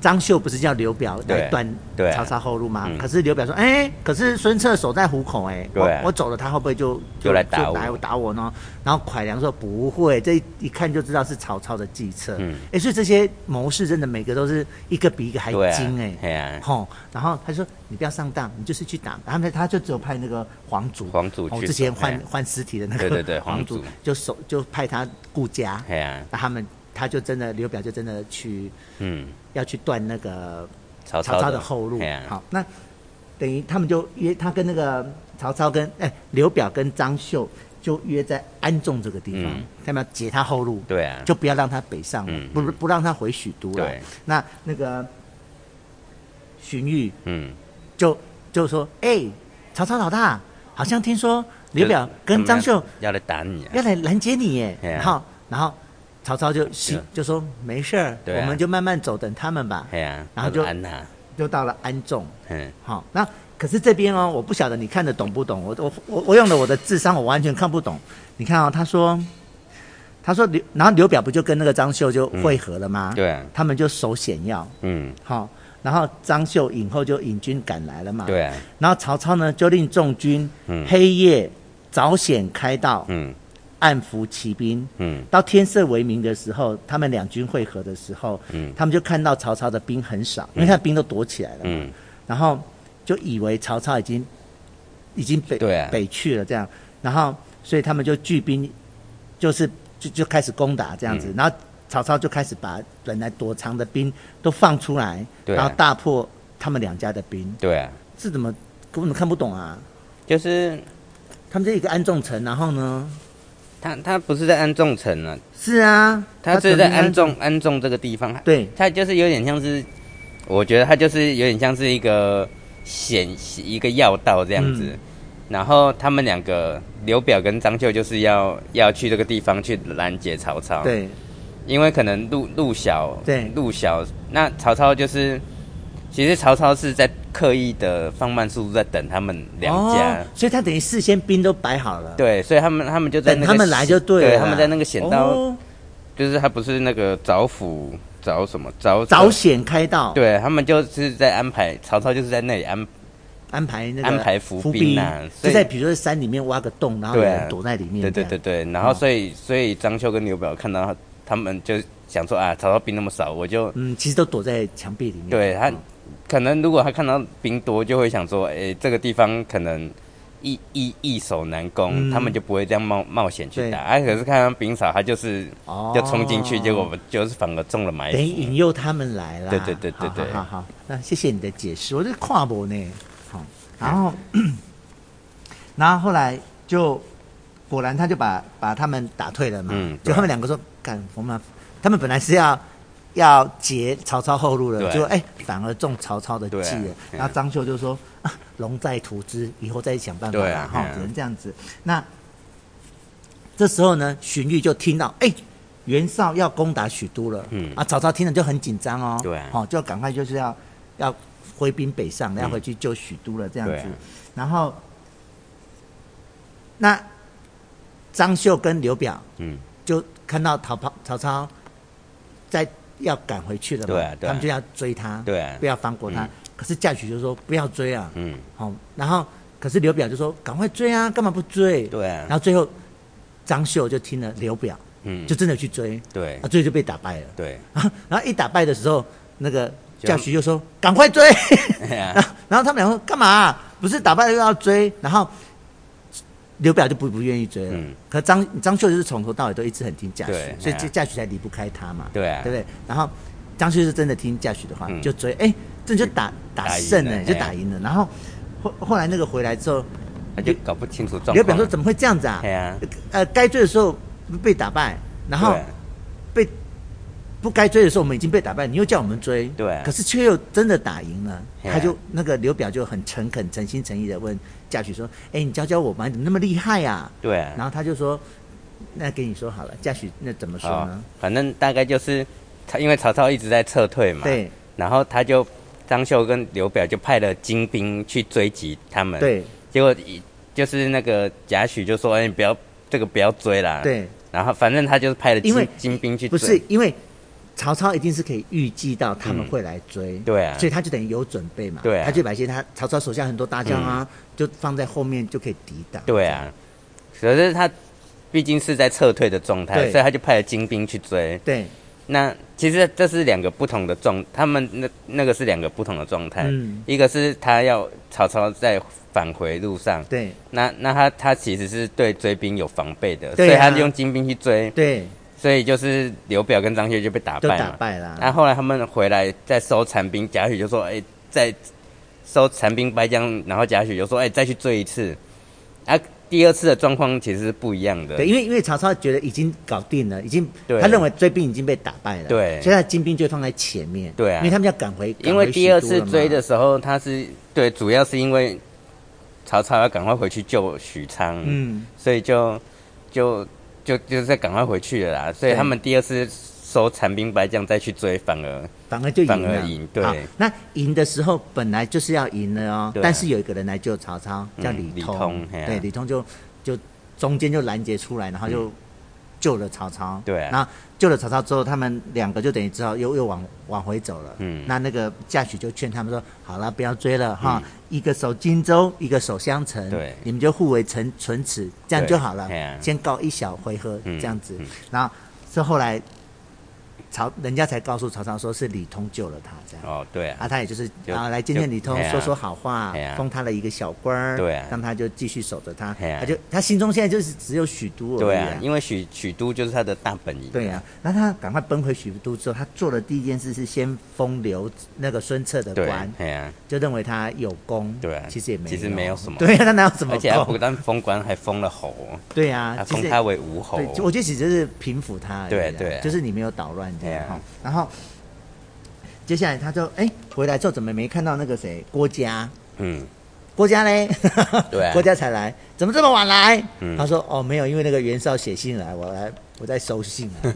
S1: 张绣不是叫刘表
S2: 对
S1: 来断
S2: 对啊
S1: 曹操后路吗？
S2: 嗯
S1: 可是刘表说，哎、可是孙策守在虎口、哎、
S2: 对啊
S1: 我我走了，他会不会就
S2: 就来打我
S1: 打我呢？然后蒯良说不会，这一一看就知道是曹操的计策。
S2: 嗯
S1: 哎、所以这些谋士真的每个都是一个比一个还
S2: 对啊，
S1: 精哎、
S2: 哎呀、
S1: 吼，然后他就说你不要上当，你就是去打。他们他就只有派那个皇族，
S2: 皇族
S1: 哦，
S2: 去
S1: 之前
S2: 守
S1: 换
S2: 哎
S1: 换尸体的那个
S2: 对对 对
S1: 皇
S2: 皇
S1: 族
S2: 族
S1: 就守就派他顾家，
S2: 哎呀、
S1: 那他们他就真的刘表就真的去
S2: 嗯，
S1: 要去断那个
S2: 曹
S1: 曹操
S2: 的
S1: 的后路
S2: 嘿啊。
S1: 好，那等于他们就约他跟那个曹操跟哎刘表跟张绣就约在安众这个地方
S2: 嗯，
S1: 他们要截他后路，
S2: 对啊，
S1: 就不要让他北上了
S2: 嗯，
S1: 不不让他回许都了
S2: 对。
S1: 那那个荀彧
S2: 嗯，
S1: 就就说：“哎、曹操老大，好像听说刘表跟张绣
S2: 他们要要来打你啊，
S1: 要来拦截你耶。
S2: 哎呀
S1: 然后，然后曹操就心
S2: 是
S1: 就说：“没事儿，
S2: 对啊
S1: 我们就慢慢走，等他们吧。
S2: 嘿啊，
S1: 然后就
S2: 安他，
S1: 就到了安众。
S2: 嗯，
S1: 好、那可是这边哦，我不晓得你看得懂不懂？我我我我用了我的智商，我完全看不懂。你看哦，他说，他说刘，然后刘表不就跟那个张绣就会合了吗？
S2: 嗯对啊，
S1: 他们就守险要，
S2: 嗯，
S1: 好、然后张绣引后就引军赶来了嘛。
S2: 对啊，
S1: 然后曹操呢就令众军
S2: 嗯
S1: 黑夜早险开道，
S2: 嗯
S1: 暗伏骑兵。
S2: 嗯
S1: 到天色为明的时候，他们两军会合的时候，
S2: 嗯
S1: 他们就看到曹操的兵很少，因为他的兵都躲起来了嘛，
S2: 嗯，
S1: 然后就以为曹操已经已经北、
S2: 对啊
S1: 北去了这样，然后所以他们就聚兵，就是就就开始攻打这样子，
S2: 嗯
S1: 然后曹操就开始把本来躲藏的兵都放出来，
S2: 对啊
S1: 然后大破他们两家的兵，
S2: 对啊，
S1: 这怎么根本看不懂啊？
S2: 就是
S1: 他们就一个安众城，然后呢？
S2: 他他不是在安众城啊，
S1: 是啊，
S2: 他是在
S1: 曾经
S2: 安众安众这个地方，
S1: 对
S2: 他就是有点像是，我觉得他就是有点像是一个险一个要道这样子。
S1: 嗯
S2: 然后他们两个刘表跟张绣就是要要去这个地方去拦截曹操，，
S1: 对
S2: 因为可能路路小，
S1: 对
S2: 路小，那曹操就是其实曹操是在刻意的放慢速度，在等他们两家。
S1: 哦，所以他等于事先兵都摆好了，，
S2: 对，所以他们他们就在
S1: 等
S2: 那个
S1: 他们来就
S2: 对
S1: 了啦。
S2: 他们在那个险道，
S1: 哦
S2: 就是他不是那个找府找什么找
S1: 早险开道，，
S2: 对他们就是在安排，曹操就是在那里安，
S1: 安排那个
S2: 安排伏
S1: 伏
S2: 兵啊所
S1: 就
S2: 以
S1: 在比如说山里面挖个洞，然后有
S2: 对啊
S1: 人躲在里面，
S2: 对对
S1: 这
S2: 对
S1: 样，
S2: 对，然后
S1: 哦
S2: 所以、所以张绣跟刘表看到他他们就想说啊，曹操兵那么少，我就、
S1: 嗯，其实都躲在墙壁里面，
S2: 对他、
S1: 嗯
S2: 可能如果他看到兵多，就会想说，哎、这个地方可能易易易守难攻、
S1: 嗯
S2: 他们就不会这样冒冒险去
S1: 对
S2: 打。啊，可是看到兵少，他就是
S1: 哦
S2: 就冲进去，结果我们就是反而中了埋
S1: 等于引
S2: 伏。
S1: 诱他们来啦，
S2: 对对对对
S1: 好
S2: 对
S1: 好好好，那谢谢你的解释，我这跨博呢，好，然后，然后后来就果然他就把把他们打退了嘛，
S2: 嗯对
S1: 就
S2: 啊
S1: 他们两个说，干我们他们本来是要要截曹操后路
S2: 对
S1: 了，
S2: 啊
S1: 就哎反而中曹操的计
S2: 对啊
S1: 了，
S2: 嗯
S1: 然后张绣就说啊，龙在途之，以后再想办法
S2: 对
S1: 啦
S2: 啊，
S1: 哈
S2: 嗯，
S1: 只能这样子，那。这时候呢，荀彧就听到，哎，袁绍要攻打许都了。
S2: 嗯
S1: 啊，曹操听了就很紧张哦。
S2: 对啊嗯
S1: 哦，就赶快就是要要挥兵北上，要回去救许都了这样子。
S2: 对啊
S1: 然后，那张绣跟刘表
S2: 嗯，
S1: 就看到曹操曹操在要赶回去了嘛，
S2: 对啊对啊
S1: 他们就要追他，
S2: 对啊
S1: 不要放过他。
S2: 嗯
S1: 可是贾诩就说不要追啊，
S2: 嗯，
S1: 好、然后可是刘表就说赶快追啊，干嘛不追？
S2: 对啊
S1: 然后最后张绣就听了刘表，
S2: 嗯，
S1: 就真的去追，
S2: 对
S1: 啊，追就被打败了。
S2: 对，
S1: 然后一打败的时候，那个
S2: 就
S1: 教徐就说：“赶快追！”
S2: 哎 呀
S1: 然后然后他们俩说：“干嘛、啊不是打败了又要追？”然后刘表就不不愿意追了。
S2: 嗯
S1: 可张张绣就是从头到尾都一直很听驾
S2: 对
S1: 驶，所以
S2: 哎呀
S1: 这驾驶才离不开他嘛，
S2: 对啊
S1: 对不对？然后张绣是真的听驾驶的话，
S2: 嗯
S1: 就追，哎，这就打打
S2: 打赢
S1: 胜
S2: 了
S1: 了，
S2: 哎
S1: 就打赢了。然后后后来那个回来之后，
S2: 他就搞不清楚状况。
S1: 刘表说：“怎么会这样子啊
S2: 哎呀？”
S1: 呃，该追的时候被打败，然后
S2: 对。啊
S1: 被不该追的时候，我们已经被打败，你又叫我们追，
S2: 对啊
S1: 可是却又真的打赢了。
S2: 嘿啊
S1: 他就那个刘表就很诚恳、诚心诚意的问贾诩说：“哎，你教教我吧，你怎么那么厉害呀、
S2: 对
S1: 然
S2: 啊，
S1: 后他就说：“那给你说好了，贾诩那怎么说
S2: 哦
S1: 呢？，
S2: 反正大概就是他，因为曹操一直在撤退嘛，
S1: 对，
S2: 然后他就张绣跟刘表就派了精兵去追击他们，，
S1: 对
S2: 结果一就是那个贾诩就说：“哎、你不要这个不要追啦。”，
S1: 对，
S2: 然后反正他就是派了
S1: 因为
S2: 精精兵去追，
S1: 不是因为曹操一定是可以预计到他们会来追，
S2: 对啊
S1: 所以他就等于有准备嘛，
S2: 对啊嗯
S1: 他就把一些他曹操手下很多大将啊，就放在后面就可以抵挡。
S2: 对啊，可是他毕竟是在撤退的状态，
S1: 对
S2: 所以他就派了精兵去追。
S1: 对，
S2: 那其实这是两个不同的状，他们那那个是两个不同的状态，
S1: 嗯
S2: 一个是他要曹操在返回路上，
S1: 对
S2: 那那他他其实是对追兵有防备的，
S1: 对啊
S2: 所以他就用精兵去追。
S1: 对
S2: 所以就是刘表跟张学就被打
S1: 都
S2: 败
S1: 打
S2: 嘛。啊
S1: 败啊了。
S2: 那、后来他们回来再收残兵，贾诩就说：“哎、再收残兵败将。”然后贾诩就说：“哎、再去追一次。”啊，第二次的状况其实是不一样的。
S1: 对，因为因为曹操觉得已经搞定了，已经
S2: 对
S1: 他认为追兵已经被打败了，
S2: 对
S1: 所以他的精兵就会放在前面，
S2: 对啊
S1: 因为他们要赶回，赶回
S2: 因为第二次
S1: 许都了嘛
S2: 追的时候，他是对，主要是因为曹操要赶快回去救许昌，
S1: 嗯，
S2: 所以就就就就是赶快回去了啦。所以
S1: 对
S2: 他们第二次收残兵败将再去追，反而
S1: 反而就赢了，
S2: 反而赢对
S1: 好那赢的时候本来就是要赢了哦，
S2: 对啊
S1: 但是有一个人来救曹操，叫
S2: 嗯李
S1: 通，
S2: 通嘿啊嗯
S1: 对，李通就就中间就拦截出来，然后就救了曹操，
S2: 对啊
S1: 那救了曹操之后，他们两个就等于之后又又往往回走了，
S2: 嗯
S1: 那那个贾诩就劝他们说，好了，不要追了哈，一个守荆州，一个守襄城，
S2: 嗯对
S1: 你们就互为唇唇齿，这样
S2: 对
S1: 就好了
S2: 嘿啊，
S1: 先告一小回合
S2: 嗯
S1: 这样子
S2: 嗯，
S1: 然后是后来。曹人家才告诉曹操说是李通救了他这样。
S2: 哦，对啊，
S1: 啊，他也就是
S2: 就
S1: 啊，来见见李通
S2: 就，嘿啊
S1: 说说好话
S2: 嘿啊，
S1: 封他了一个小官儿，
S2: 对啊
S1: 让他就继续守着他
S2: 嘿啊，
S1: 他就他心中现在就是只有许都而已，
S2: 对啊，因为许许都就是他的大本营，
S1: 对啊，那他赶快奔回许都之后，他做的第一件事是先封刘那个孙策的
S2: 对，
S1: 官，
S2: 哎呀、
S1: 就认为他有功，
S2: 对啊
S1: 其实也没，
S2: 其实没有什么
S1: 对啊，他哪有什么
S2: 而且他不
S1: 功？
S2: 但封官，还封了侯，
S1: 对啊
S2: 还，
S1: 其
S2: 封
S1: 实
S2: 他为吴侯
S1: 对，，我觉得其实就是平复他而已啦，啊
S2: 对对
S1: 就是你没有捣乱这样
S2: 对
S1: 哈、
S2: 啊
S1: 然后接下来他就哎回来之后怎么没看到那个谁郭嘉？
S2: 嗯，
S1: 郭嘉嘞，
S2: 对 啊
S1: 郭嘉才来，怎么这么晚来？
S2: 嗯
S1: 他说哦，没有，因为那个袁绍写信来，我来我在收信啊。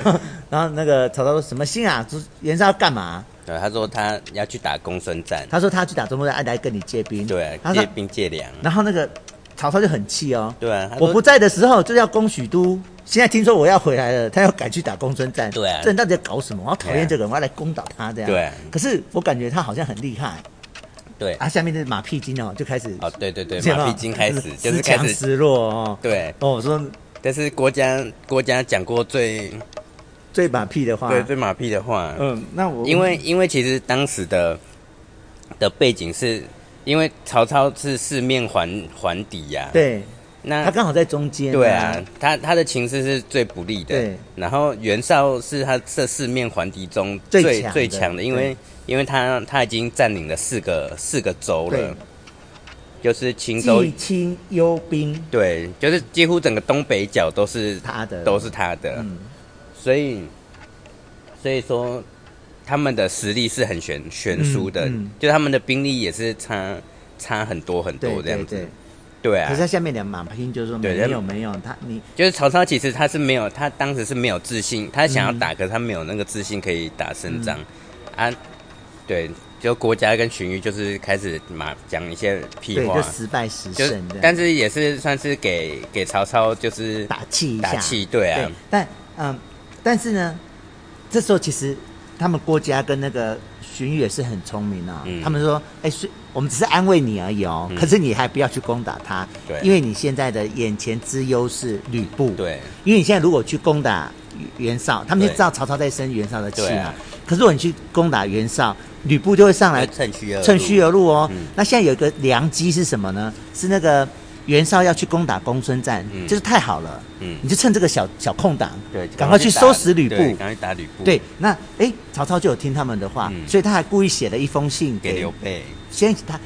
S1: 然后然后那个曹操说什么信啊？袁绍要干嘛？
S2: 对，他说他要去打公孙战，
S1: 他说他去打中国战，爱来跟你借兵。
S2: 对啊，
S1: 他说
S2: 借兵借粮，
S1: 然后那个曹操就很气哦，
S2: 对啊，他说
S1: 我不在的时候就要攻许都，现在听说我要回来了，他要赶去打公孙战。
S2: 对啊
S1: 这人到底在搞什么？我好讨
S2: 对啊
S1: 厌这个人，我要来攻倒他这样。
S2: 对啊
S1: 可是我感觉他好像很厉害
S2: 对，
S1: 啊，下面的马屁精哦就开始
S2: 哦，对对对，
S1: 见到
S2: 马屁精开始就是
S1: 思
S2: 开
S1: 强
S2: 始，
S1: 失弱哦。
S2: 对，
S1: 哦，我说
S2: 但是国家国家讲过最
S1: 最马屁的话，
S2: 对最马屁的话，
S1: 嗯，那我
S2: 因为因为其实当时的的背景是因为曹操是四面环环敌呀，，
S1: 对
S2: 那
S1: 他刚好在中间，
S2: 对啊，，他他的情势是最不利的。
S1: 对，
S2: 然后袁绍是他这四面环敌中
S1: 最
S2: 最
S1: 强的
S2: 最强的，因为因为他他已经占领了四个四个州了
S1: 对，
S2: 就是青州
S1: 季，青幽兵
S2: 对，就是几乎整个东北角都是
S1: 他的
S2: 都是他的，
S1: 嗯
S2: 所以所以说他们的实力是很悬悬殊的，
S1: 嗯嗯
S2: 就他们的兵力也是差差很多很
S1: 对
S2: 多这
S1: 对
S2: 样子，
S1: 对，
S2: 对啊。
S1: 可是他下面两马屁就说
S2: 对
S1: 没
S2: 人
S1: 有没有他你
S2: 就是曹操其实他是没有，他当时是没有自信，他
S1: 嗯
S2: 想要打，可是他没有那个自信可以打胜仗、啊。对，就国家跟荀彧就是开始嘛讲一些屁
S1: 对
S2: 话
S1: 就，时败时
S2: 就
S1: 胜这样，
S2: 但是也是算是给给曹操就是
S1: 打气一下，
S2: 打气，对啊
S1: 对，，但嗯，但是呢，这时候其实他们郭嘉跟那个荀彧也是很聪明啊、
S2: 嗯
S1: 他们说，哎、虽我们只是安慰你而已哦，
S2: 嗯
S1: 可是你还不要去攻打他，
S2: 对
S1: 因为你现在的眼前之忧是吕布，，
S2: 对
S1: 因为你现在如果去攻打袁绍，他们就
S2: 对
S1: 知道曹操在生袁绍的气
S2: 对
S1: 嘛、
S2: 啊
S1: 可是如果你去攻打袁绍，吕布就会上来
S2: 要趁虚而入
S1: 趁虚而入哦。
S2: 嗯
S1: 那现在有一个良机是什么呢？是那个袁绍要去攻打公孙战，
S2: 嗯
S1: 就是太好了，
S2: 嗯
S1: 你就趁这个小小空档，
S2: 对，
S1: 赶快去
S2: 打
S1: 收拾吕布。
S2: 对赶快打吕布，
S1: 对，那哎，曹操就有听他们的话，
S2: 嗯
S1: 所以他还故意写了一封信
S2: 给
S1: 给
S2: 刘，备，
S1: 先他。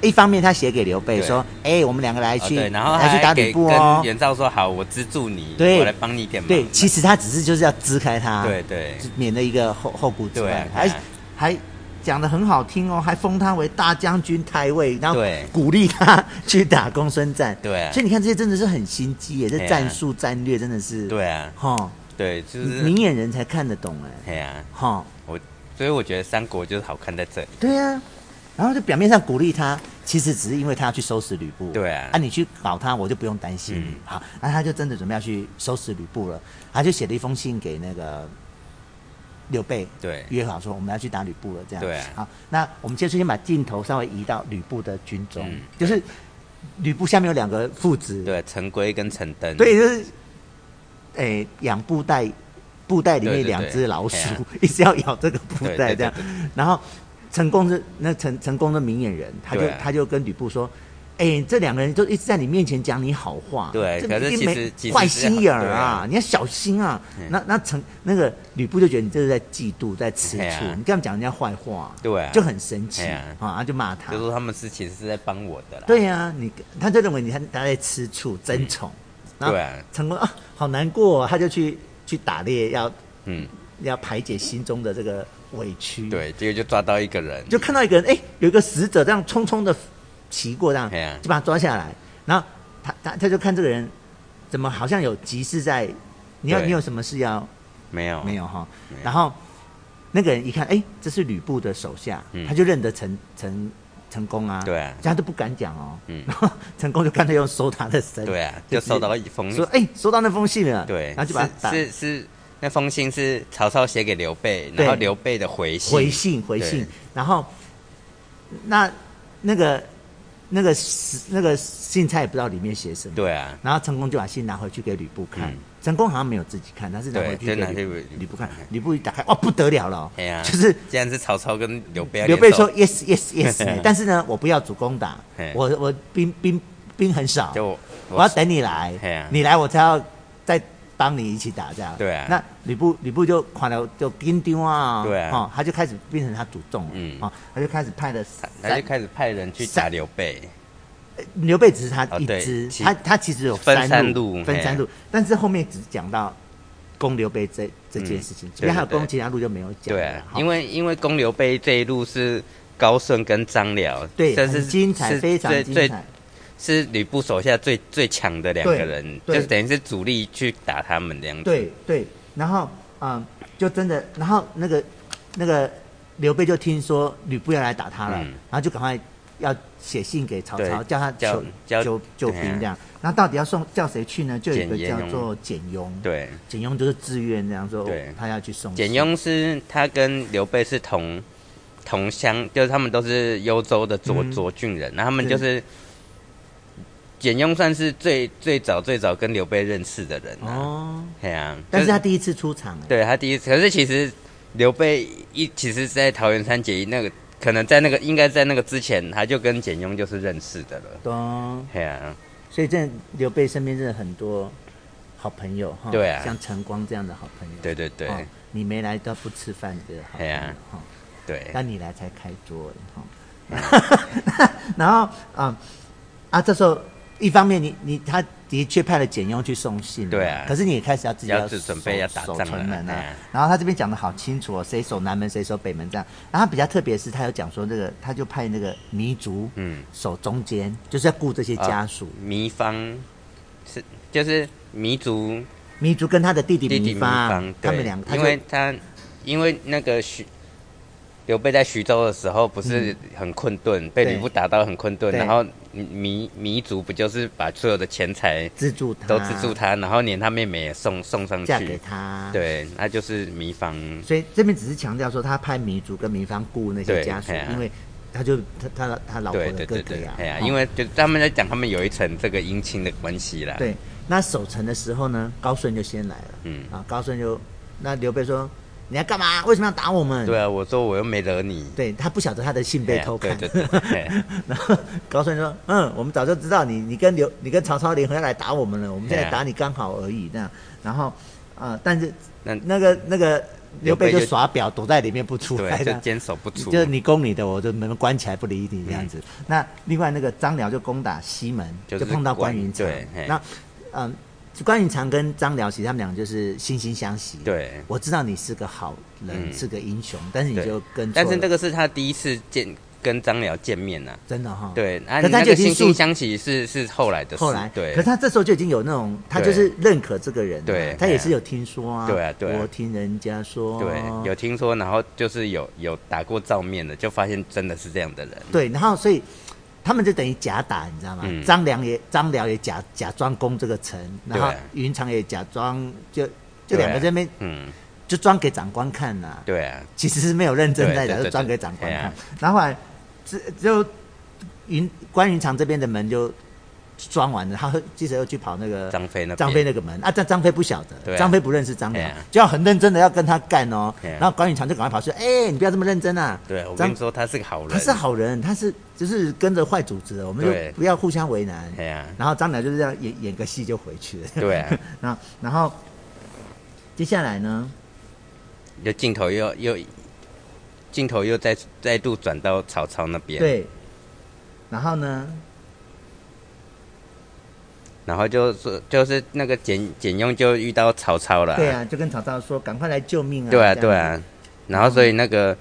S1: 一方面，他写给刘备
S2: 对
S1: 说：“哎，我们两个来
S2: 哦
S1: 去，
S2: 对，然后
S1: 来
S2: 还
S1: 去打
S2: 给
S1: 吕布哦
S2: 跟。袁绍说好，我资助你，
S1: 对
S2: 我来帮你一点”忙，
S1: 对，啊其实他只是就是要支开他，
S2: 对对
S1: 就免得一个后后顾之
S2: 对
S1: 忧
S2: 啊。
S1: 还
S2: 对啊
S1: 还讲的很好听哦，还封他为大将军太尉，然后
S2: 对
S1: 鼓励他 去打公孙战。
S2: 对啊
S1: 所以你看这些真的是很心机耶，这
S2: 对啊
S1: 战术战略真的是，
S2: 对啊，
S1: 哈，
S2: 对，就是
S1: 明眼人才看得懂哎，
S2: 对啊。
S1: 哈，
S2: 我所以我觉得三国就是好看在这里。
S1: 对啊，然后就表面上鼓励他，其实只是因为他要去收拾吕布。
S2: 对啊
S1: 啊你去搞他，我就不用担心你。
S2: 嗯
S1: 好，那他就真的准备要去收拾吕布了，他就写了一封信给那个刘备，
S2: 对
S1: 约好说我们要去打吕布了，这样。
S2: 对啊
S1: 好，那我们接着先把镜头稍微移到吕布的军中，
S2: 嗯
S1: 就是吕布下面有两个父子，
S2: 对，陈规跟陈登。
S1: 对，就是，诶、养布袋，布袋里面
S2: 对对
S1: 两只老鼠
S2: 对
S1: 一直要咬这个布
S2: 对
S1: 袋
S2: 对
S1: 这样
S2: 对，
S1: 然后成功是那成成功的明眼人，他就、
S2: 对啊
S1: 他就跟吕布说。哎，这两个人就一直在你面前讲你好话，
S2: 对
S1: 这
S2: 可是
S1: 一定
S2: 其
S1: 没
S2: 实其实
S1: 坏
S2: 是
S1: 心眼
S2: 对
S1: 儿啊
S2: 啊，嗯
S1: 你要小心啊。那那成那个吕布就觉得你这是在嫉妒，在吃
S2: 哎
S1: 醋
S2: 呀，
S1: 你干嘛讲人家坏话，
S2: 对啊
S1: 就很生气
S2: 哎呀
S1: 啊，他就骂他
S2: 就，说他们是其实是在帮我的啦。
S1: 对呀、你他就认为你他他在吃醋争宠，然后
S2: 嗯对啊
S1: 成功啊，好难过、哦，他就去去打猎，要
S2: 嗯，
S1: 要排解心中的这个委屈。，
S2: 对，结果就抓到一个人，
S1: 就看到一个人，哎，有一个死者这样匆匆的骑过，这样、
S2: 哎呀
S1: 就把他抓下来，然后他他他就看这个人怎么好像有急事在，你要
S2: 对
S1: 你有什么事要
S2: 没有
S1: 没有哈
S2: 哦没？有
S1: 然后那个人一看，哎，这是吕布的手下，
S2: 嗯
S1: 他就认得陈陈陈宫啊，
S2: 对啊
S1: 这样都不敢讲哦。
S2: 嗯
S1: 然后 陈宫就干脆用收他的身，
S2: 对啊，就收到一封
S1: 说哎，收到那封信了，
S2: 对，
S1: 然后就把他打
S2: 是是是那封信是曹操写给刘备，
S1: 对
S2: 然后刘备的回信，
S1: 回信回信
S2: 对，
S1: 然后那那个那个那个信差也不知道里面写什么，
S2: 对啊，
S1: 然后陈宫就把信拿回去给吕布看
S2: 嗯，
S1: 陈宫好像没有自己看，他是拿
S2: 对
S1: 回去
S2: 就
S1: 给
S2: 拿去
S1: 吕
S2: 给
S1: 吕
S2: 吕
S1: 布
S2: 布
S1: 看
S2: 看，
S1: 吕布一打开，哇哦不得了了
S2: 哎呀，，
S1: 就是。
S2: 既然是曹操跟刘备要
S1: 刘
S2: 联
S1: 备
S2: 手
S1: 说 yes yes yes，但是呢，我不要主攻打
S2: 嘿，
S1: 我我兵兵兵很少，
S2: 就我
S1: 我要等你来
S2: 嘿啊，
S1: 你来我才要再帮你一起打这样。
S2: 对啊
S1: 那吕布吕布就看了就跟丢啊，
S2: 对啊
S1: 哦，他就开始变成他主动了，
S2: 嗯
S1: 哦，他就开始派了
S2: 他
S1: 三，
S2: 他就开始派人去
S1: 三
S2: 打刘备，
S1: 刘备只是他一
S2: 哦对
S1: 支，
S2: 其
S1: 他他其实有
S2: 分
S1: 三
S2: 三
S1: 路
S2: 路
S1: 分
S2: 嘿啊
S1: 三路，但是后面只讲到攻刘备这这件
S2: 嗯
S1: 事情，
S2: 对
S1: 这边还有
S2: 对对
S1: 攻其他路就没有讲了，
S2: 对啊，
S1: 哈
S2: 因为因为攻刘备这一路是高顺跟张辽，
S1: 对
S2: 这
S1: 很
S2: 是
S1: 精彩，
S2: 是
S1: 非常
S2: 最
S1: 精
S2: 最
S1: 彩，
S2: 是吕布手下最最强的两
S1: 对
S2: 个人，
S1: 对
S2: 就是等于是主力去打他们这样子，
S1: 对对，然后嗯，就真的，然后那个那个刘备就听说吕布要来打他了，
S2: 嗯
S1: 然后就赶快要写信给曹操，
S2: 对
S1: 叫他
S2: 叫
S1: 救
S2: 叫
S1: 救救
S2: 对啊
S1: 兵这样。那到底要送叫谁去呢？就有一个
S2: 简
S1: 叫
S2: 雍
S1: 做简雍，，
S2: 对，
S1: 简雍就是自愿这样说
S2: 对，
S1: 他要去送
S2: 简
S1: 信，
S2: 雍是他跟刘备是同同乡，就是他们都是幽州的涿
S1: 嗯
S2: 涿郡人，那他们就是简雍算是最最早最早跟刘备认识的人啊，
S1: 哦，
S2: 对啊，
S1: 但
S2: 就是
S1: 他第一次出场，哎，
S2: 对他第一次，可是其实刘备一其实，在桃园三结义那个，可能在那个应该在那个之前，他就跟简雍就是认识的了，
S1: 咚，
S2: 对啊，
S1: 所以真的刘备身边真的很多好朋友哈，
S2: 对啊
S1: 像陈光这样的好朋友，
S2: 对对对
S1: 哦，你没来都不吃饭的好朋
S2: 哎
S1: 友
S2: 呀
S1: 哈。
S2: 对，
S1: 那你来才开桌哈。 然后啊啊，这时候一方面你你他的确派了简雍去送信了，
S2: 对啊
S1: 可是你也开始要自己
S2: 要
S1: 守
S2: 自准备要打仗
S1: 守
S2: 了
S1: 城门
S2: 哎
S1: 啊
S2: 呀。
S1: 然后他这边讲的好清楚哦，谁守南门，谁守北门这样。然后他比较特别的是，他有讲说那个他就派那个糜竺
S2: 嗯，
S1: 守中间，就是要顾这些家属。
S2: 糜芳是就是糜竺
S1: 糜竺跟他的弟弟
S2: 弟弟
S1: 糜
S2: 糜
S1: 芳
S2: 芳，，
S1: 他们
S2: 对
S1: 两个，他
S2: 因
S1: 就
S2: 为他因为那个徐刘备在徐州的时候不是很困顿，被
S1: 对
S2: 吕布打到很困顿，
S1: 嗯对
S2: 然后糜糜竺不就是把所有的钱财
S1: 资助他，
S2: 都资助，他，然后连他妹妹也送送上
S1: 啊嫁给
S2: 去，
S1: 他，
S2: 对，那就是糜芳，
S1: 所以这边只是强调说，他派糜竺跟糜芳雇那些
S2: 对
S1: 家属
S2: 嘿，啊
S1: 因为他就他他他老婆
S2: 对
S1: 的
S2: 对
S1: 哥
S2: 对
S1: 哥
S2: 对
S1: 呀，，
S2: 哎呀
S1: 哦，
S2: 因为就他们在讲他们有一层这个姻亲的关系啦，
S1: 对那守城的时候呢，高顺就先来了，
S2: 嗯
S1: 啊，高顺就那刘备说你要干嘛？为什么要打我们？
S2: 对啊，我说我又没惹你，
S1: 对他不晓得他的信被偷看，
S2: 对对对啊对
S1: 然后高顺说：“嗯，我们早就知道你，你跟刘，你跟曹操联合要来打我们了，我们现在
S2: 对啊
S1: 打你刚好而已。”那样，然后，呃，但是
S2: 那
S1: 那个那个刘
S2: 刘备
S1: 备就
S2: 就
S1: 耍表，躲在里面不出来，这
S2: 对，就
S1: 样
S2: 坚守不出，嗯
S1: 就是你攻你的，我就门关起来不理你这样子。那另外那个张辽就攻打西门，
S2: 就是
S1: 碰到关
S2: 关
S1: 云长
S2: 对嘿。
S1: 那嗯，关云长跟张辽其实他们俩就是惺惺相惜。，
S2: 对。
S1: 我知道你是个好人，
S2: 嗯
S1: 是个英雄，但是你
S2: 对
S1: 就跟错
S2: 但
S1: 了，
S2: 是那个是他第一次见跟张辽见面呐、
S1: 真的哈，
S2: 对，啊，
S1: 可
S2: 你
S1: 是他
S2: 那
S1: 就
S2: 个
S1: 已经
S2: 惺
S1: 树
S2: 惺相惜是是后来的事，
S1: 后来，
S2: 对，
S1: 可是他这时候就已经有那种，他就是认可这个人啊，
S2: 对
S1: 他也是有听说啊，
S2: 对啊对啊
S1: 我听人家说，啊
S2: 对有听说，然后就是有有打过照面的，就发现真的是这样的人，
S1: 对，然后所以他们就等于假打，你知道吗？
S2: 嗯
S1: 张良也张辽也假假装攻这个城，然后
S2: 对
S1: 云长也假装就就两个
S2: 对
S1: 在那边
S2: 嗯，
S1: 就装给长官看呐、
S2: 对啊，
S1: 其实是没有认真在
S2: 对对哎
S1: 打，
S2: 对
S1: 就装给长官
S2: 对
S1: 看
S2: 啊。
S1: 然后后来只就云关云长这边的门就装完了，他会记者又去跑那个
S2: 张飞那边
S1: 张飞那个门啊，但张飞不晓得，
S2: 对啊
S1: 张飞不认识张
S2: 对
S1: 辽
S2: 啊，
S1: 就要很认真的要跟他干哦。
S2: 对啊
S1: 然后管理长就赶快跑去，哎，你不要这么认真啊！
S2: 对，我跟
S1: 张
S2: 你说，他是个好人。
S1: 他是好人，他是就是跟着坏组织的，我们就
S2: 对
S1: 不要互相为难。
S2: 对啊
S1: 然后张辽就是要演演个戏就回去了。
S2: 对啊
S1: 然后然后接下来呢？
S2: 就镜头又又镜头又再再度转到曹操那边，，
S1: 对，然后呢？
S2: 然后就是就是那个简简用就遇到曹操了、
S1: 对啊，就跟曹操说，赶快来救命啊！
S2: 对啊，
S1: 这样子
S2: 对啊，然后所以那个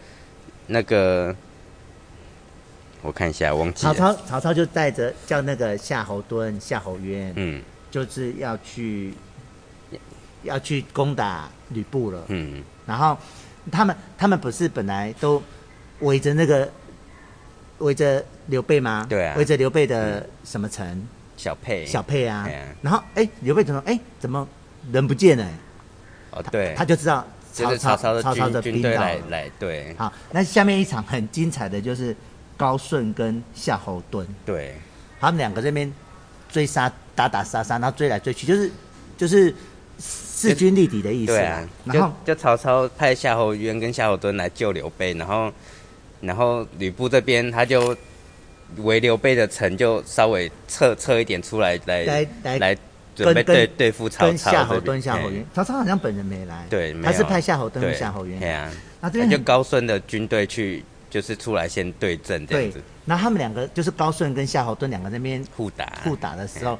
S2: 那个，我看一下，忘记
S1: 曹
S2: 了，
S1: 操曹操就带着叫那个夏侯惇、夏侯渊，
S2: 嗯
S1: 就是要去要去攻打吕布了。
S2: 嗯，
S1: 然后他们他们不是本来都围着那个围着刘备吗？
S2: 对啊
S1: 围着刘备的什么城？
S2: 小佩，
S1: 小佩啊
S2: 对啊。
S1: 然后哎，刘备怎么哎怎么人不见了？
S2: 哦对，
S1: 他就知道
S2: 就
S1: 曹
S2: 是曹
S1: 操
S2: 的
S1: 曹操
S2: 军
S1: 的
S2: 军
S1: 兵
S2: 队
S1: 到
S2: 来
S1: 了。
S2: 来，对
S1: 好，那下面一场很精彩的就是高顺跟夏侯惇，
S2: 对，
S1: 他们两个这边追杀打打杀杀，然后追来追去，就是就是势均力敌的意思
S2: 对
S1: 啦
S2: 啊。，
S1: 然
S2: 就
S1: 后
S2: 就曹操派夏侯渊跟夏侯惇来救刘备，然后然后吕布这边他就围刘备的城，就稍微撤撤一点出来，来
S1: 来来
S2: 准备
S1: 跟
S2: 对
S1: 跟
S2: 对付曹
S1: 跟
S2: 操
S1: 夏侯
S2: 这边
S1: 惇、夏侯
S2: 嘿
S1: 渊，曹操好像本人没来，
S2: 对，没
S1: 他是
S2: 有啊
S1: 派夏侯惇
S2: 对
S1: 跟夏侯渊
S2: 对。啊，
S1: 那这
S2: 那
S1: 边
S2: 就
S1: 很
S2: 高顺的军队去就是出来先对阵这
S1: 对
S2: 样子，
S1: 然后他们两个就是高顺跟夏侯惇两个那边
S2: 互打
S1: 互，打的时候，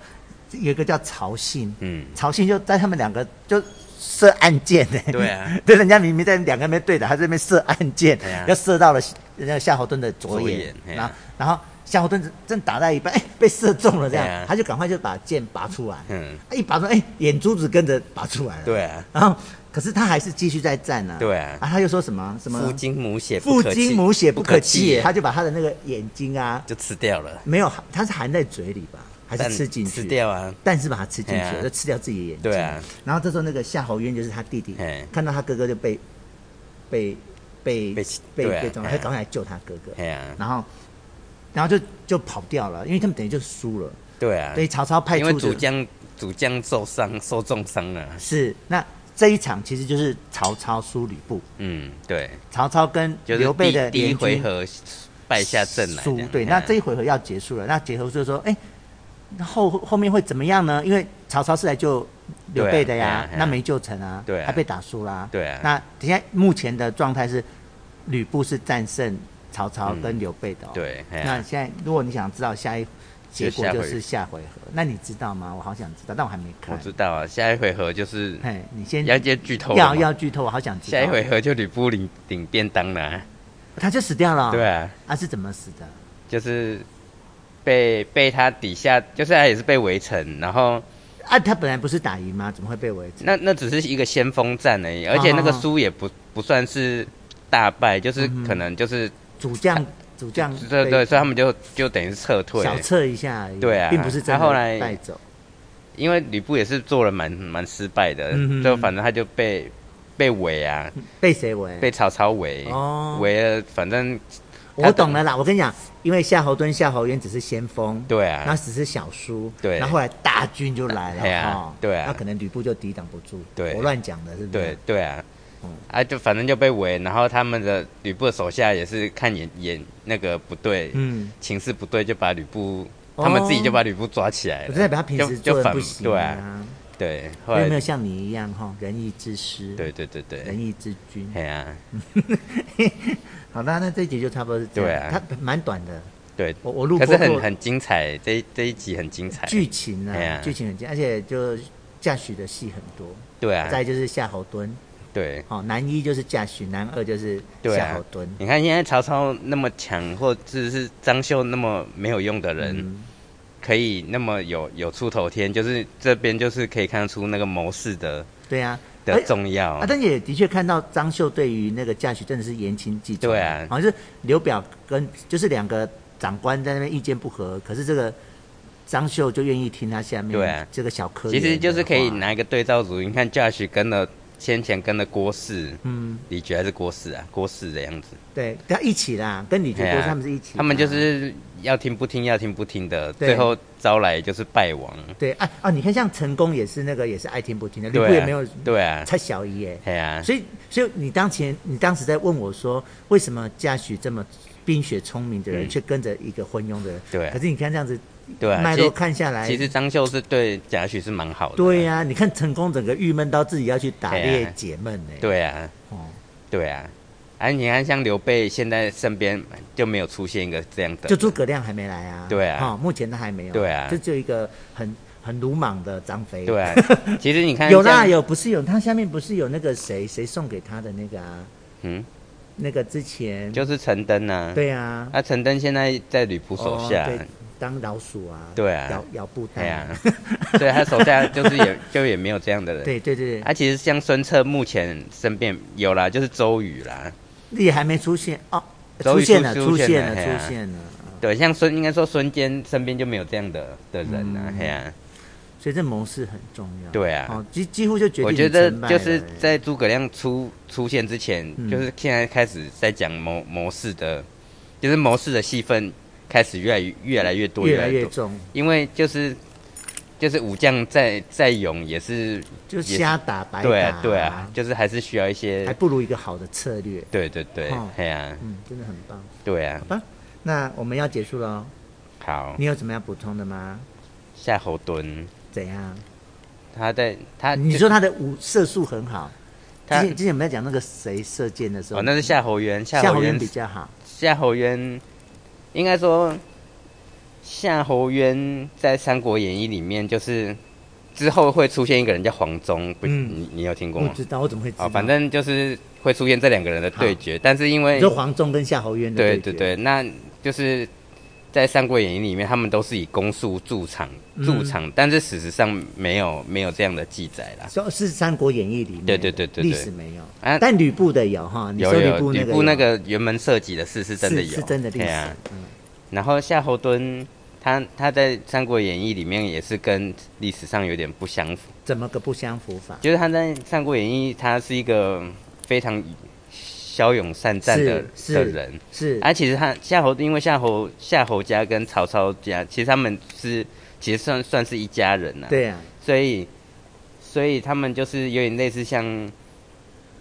S1: 有一个叫曹信，
S2: 哎嗯
S1: 曹信就在他们两个就射暗箭呢、
S2: 对啊，
S1: 对，人家明明在两个人没对打，他这边射暗箭，
S2: 对啊
S1: 要射到了人家夏侯惇的左
S2: 左
S1: 眼，
S2: 眼对啊
S1: 然后然后夏侯惇正打到一半，哎，被射中了，这样、
S2: 对啊
S1: 他就赶快就把箭拔出来，
S2: 嗯，
S1: 一拔出来，哎，眼珠子跟着拔出来了，
S2: 对啊，
S1: 然后可是他还是继续在战呢、
S2: 对啊
S1: 他又说什么什么
S2: 父精母血不啊
S1: 父
S2: 可弃，
S1: 精母血不可弃耶，
S2: 耶
S1: 他就把他的那个眼睛啊，
S2: 就吃掉了，
S1: 没有，他是含在嘴里吧，还
S2: 但
S1: 是吃进去？
S2: 吃掉啊，
S1: 但是把它吃进去
S2: 哎
S1: 了，
S2: 呀
S1: 就吃掉自己的眼睛。
S2: 对啊。
S1: 然后这时候那个夏侯渊就是他弟弟
S2: 哎，
S1: 看到他哥哥就被被被
S2: 被
S1: 被
S2: 对啊
S1: 被撞，
S2: 哎
S1: 他赶快来救他哥哥。
S2: 哎呀，
S1: 然后然后就就跑掉了，因为他们等于就输了。
S2: 对啊
S1: 所，以曹操派
S2: 因为
S1: 出
S2: 主
S1: 的
S2: 将主将受伤受重伤了，
S1: 是那这一场其实就是曹操输吕布，
S2: 嗯，对，
S1: 曹操跟
S2: 就是
S1: 刘备
S2: 第
S1: 的
S2: 第一
S1: 联军
S2: 回合败下阵来这
S1: 输
S2: 样，
S1: 对，那
S2: 哎
S1: 这一回合要结束了，那结束就说，哎、后后面会怎么样呢？因为曹操是来救刘备的
S2: 对啊
S1: 呀
S2: 哎呀，
S1: 那没救成啊，
S2: 对啊
S1: 他被打输啦，
S2: 对啊
S1: 那现在目前的状态是，吕布是战胜曹操
S2: 嗯
S1: 跟刘备的、哦
S2: 对哎呀
S1: 那现在如果你想知道下一结果，
S2: 就下回
S1: 就是下回合，那你知道吗？我好想知道，但我还没看。
S2: 我知道啊，下一回合就是
S1: 嘿，你先
S2: 要接剧透了
S1: 要
S2: 吗
S1: 要剧透，我好想知道。
S2: 下一回合就吕布领领便当了啊，
S1: 他就死掉了、
S2: 对，啊。
S1: 他、是怎么死的？
S2: 就是被被他底下，就是他也是被围城，然后
S1: 啊，他本来不是打赢吗？怎么会被围住？
S2: 那那只是一个先锋战而已，而且那
S1: 啊
S2: 个输也不不算是大败，就是可能就是、
S1: 主将主将
S2: 对
S1: 嗯被
S2: 对，所以他们就就等于是撤退，
S1: 小测一下而已，
S2: 对啊
S1: 并不是真
S2: 他后来
S1: 的带走。
S2: 因为吕布也是做了蛮蛮失败的，
S1: 嗯哼
S2: 就反正他就被被围啊，
S1: 被谁围？
S2: 被曹操围
S1: 哦，
S2: 围了，反正
S1: 我懂了啦。我跟你讲，因为夏侯惇、夏侯渊只是先锋，
S2: 对
S1: 那
S2: 啊，
S1: 只是小输，
S2: 对
S1: 然后后来大军就来了，
S2: 哎呀
S1: 哦
S2: 对啊
S1: 那可能吕布就抵挡不住，
S2: 对
S1: 我乱讲的，是不是？
S2: 对，对啊
S1: 嗯。
S2: 啊，就反正就被围，然后他们的吕布的手下也是看眼眼那个不对，
S1: 嗯，
S2: 情势不对，就把吕布，
S1: 哦
S2: 他们自己就把吕布抓起来
S1: 可
S2: 了。
S1: 是代表他平时做
S2: 就就
S1: 人
S2: 反
S1: 不行
S2: 对啊，
S1: 啊，
S2: 对，后
S1: 因为
S2: 来
S1: 没有像你一样哈，仁义之师，
S2: 对，对对
S1: 仁
S2: 对，
S1: 义之君。
S2: 哎呀，
S1: 好啦，那这一集就差不多是这样，
S2: 对啊
S1: 它蛮短的，
S2: 对，
S1: 我我录
S2: 可
S1: 播
S2: 是
S1: 过
S2: 很很精彩，这一这一集很精彩。
S1: 剧情
S2: 哎
S1: 啊
S2: 呀，
S1: 剧情很精，而且就驾许的戏很多。
S2: 对啊，
S1: 再就是夏侯惇，
S2: 对
S1: 哦，男一就是贾诩，男二就是
S2: 对
S1: 夏
S2: 啊
S1: 侯惇。。
S2: 你看现在曹操那么强，或者是张绣那么没有用的人，
S1: 嗯，
S2: 可以那么有有出头天，就是这边就是可以看出那个谋士的
S1: 对啊，
S2: 的
S1: 哎
S2: 重要
S1: 啊，。但也的确看到张绣对于那个贾诩真的是言轻计重，
S2: 对啊
S1: 好像是刘表跟就是两个长官在那边意见不合，可是这个张绣就愿意听他下面
S2: 对啊
S1: 这个小科，
S2: 其实就是可以，拿一个对照组，你看 Josh 跟了先前跟的郭氏、
S1: 嗯，
S2: 李觉还是郭氏啊，郭氏的样子。
S1: 对，他一起啦，跟李觉
S2: 哎
S1: 国
S2: 呀
S1: 他们是一起的啊，
S2: 他们就是要听不听，要听不听的，
S1: 对
S2: 最后招来就是败亡。
S1: 对，哎啊，你看像成功也是那个也是爱听不听的，吕布
S2: 对
S1: 也
S2: 啊，
S1: 没有
S2: 对啊，
S1: 蔡小姨耶，
S2: 哎呀、
S1: 所以所以你当前你当时在问我说，为什么嘉许这么冰雪聪明的人，
S2: 嗯
S1: 却跟着一个昏庸的人？
S2: 对啊
S1: 可是你看这样子
S2: 对啊，
S1: 脉
S2: 其
S1: 络
S2: 实
S1: 看下来，
S2: 其实张绣是对贾诩是蛮好的。
S1: 对、呀、你看成功整个郁闷到自己要去打
S2: 对啊
S1: 猎解闷呢、
S2: 对啊，
S1: 哦，
S2: 对啊。哎、你看像刘备现在身边就没有出现一个这样的，
S1: 就诸葛亮还没来啊。
S2: 对啊
S1: 哦，目前他还没有。
S2: 对啊
S1: 这就一个很很鲁莽的张飞。
S2: 对啊。其实你看
S1: 有啦
S2: 像，
S1: 有，不是有，他下面不是有那个谁谁送给他的那个啊？
S2: 嗯，
S1: 那个之前
S2: 就是陈登啊。
S1: 对啊，
S2: 啊，陈登现在在吕布手
S1: 哦
S2: 下，
S1: 对当老鼠啊，
S2: 对啊
S1: 咬咬布袋
S2: 哎呀、 所以他手下就是也就也没有这样的人。
S1: 对对对，
S2: 啊，其实像孙策目前身边有啦，就是周瑜啦。
S1: 也还没出现哦，
S2: 终于
S1: 现了，出
S2: 出
S1: 现
S2: 现
S1: 了，
S2: 了嘿啊
S1: 出现了，哦
S2: 对，像孙应该说孙坚身边就没有这样的的人
S1: 嗯
S2: 啊，嘿啊，
S1: 所以这谋士很重要。
S2: 对啊
S1: 哦，几几乎就决定
S2: 我
S1: 你
S2: 觉得
S1: 成败
S2: 就
S1: 了
S2: 是在诸葛亮出出现之前，
S1: 嗯
S2: 就是现在开始在讲谋谋士的，就是谋士的戏份开始越来越越来越多，
S1: 越
S2: 来
S1: 来
S2: 越
S1: 越重，
S2: 因为就是就是武将再再勇也是
S1: 就
S2: 也是
S1: 瞎打白打，
S2: 对啊对啊，，就是还是需要一些
S1: 还不如一个好的策略。
S2: 对对对
S1: 哦，
S2: 嘿啊，
S1: 嗯，真的很棒。
S2: 对啊，
S1: 那我们要结束了哦，
S2: 好，
S1: 你有什么要补充的吗？
S2: 夏侯惇
S1: 怎样？
S2: 他在他
S1: 你说他的武射速很好，之
S2: 啊他
S1: 前之前我们在讲那个谁射箭的时候，
S2: 哦，那是夏侯渊，夏
S1: 夏
S2: 侯
S1: 侯
S2: 渊
S1: 渊比较好。
S2: 夏侯渊，应该说，夏侯渊在《三国演义》里面就是之后会出现一个人叫黄忠，不，
S1: 嗯
S2: 你你有听过
S1: 我
S2: 吗？
S1: 知道，我怎么会知
S2: 哦，
S1: 道？
S2: 反正就是会出现这两个人的对决，但是因为
S1: 你说黄忠跟夏侯渊的
S2: 对
S1: 决
S2: 对对，那就是在《三国演义》里面，他们都是以攻速驻场
S1: 嗯
S2: 驻场，但是事实上没有没有这样的记载啦。
S1: 说是《三国演义》里面，
S2: 对对对对对
S1: 历史没有，
S2: 啊
S1: 但吕布的有哈，你说
S2: 有
S1: 吕布
S2: 有，
S1: 那
S2: 吕
S1: 个
S2: 布那
S1: 有
S2: 个辕门射戟的事是真的有，
S1: 是是真的历史
S2: 对啊，
S1: 嗯
S2: 然后夏侯惇，他他在《三国演义》里面也是跟历史上有点不相符，
S1: 怎么个不相符法？
S2: 就是他在《三国演义》他是一个非常骁勇善战的
S1: 是是
S2: 的人，
S1: 是
S2: 啊，其实他夏侯因为夏侯夏侯家跟曹操家，其实他们是其实算算是一家人呐、啊，
S1: 对啊，
S2: 所以所以他们就是有点类似像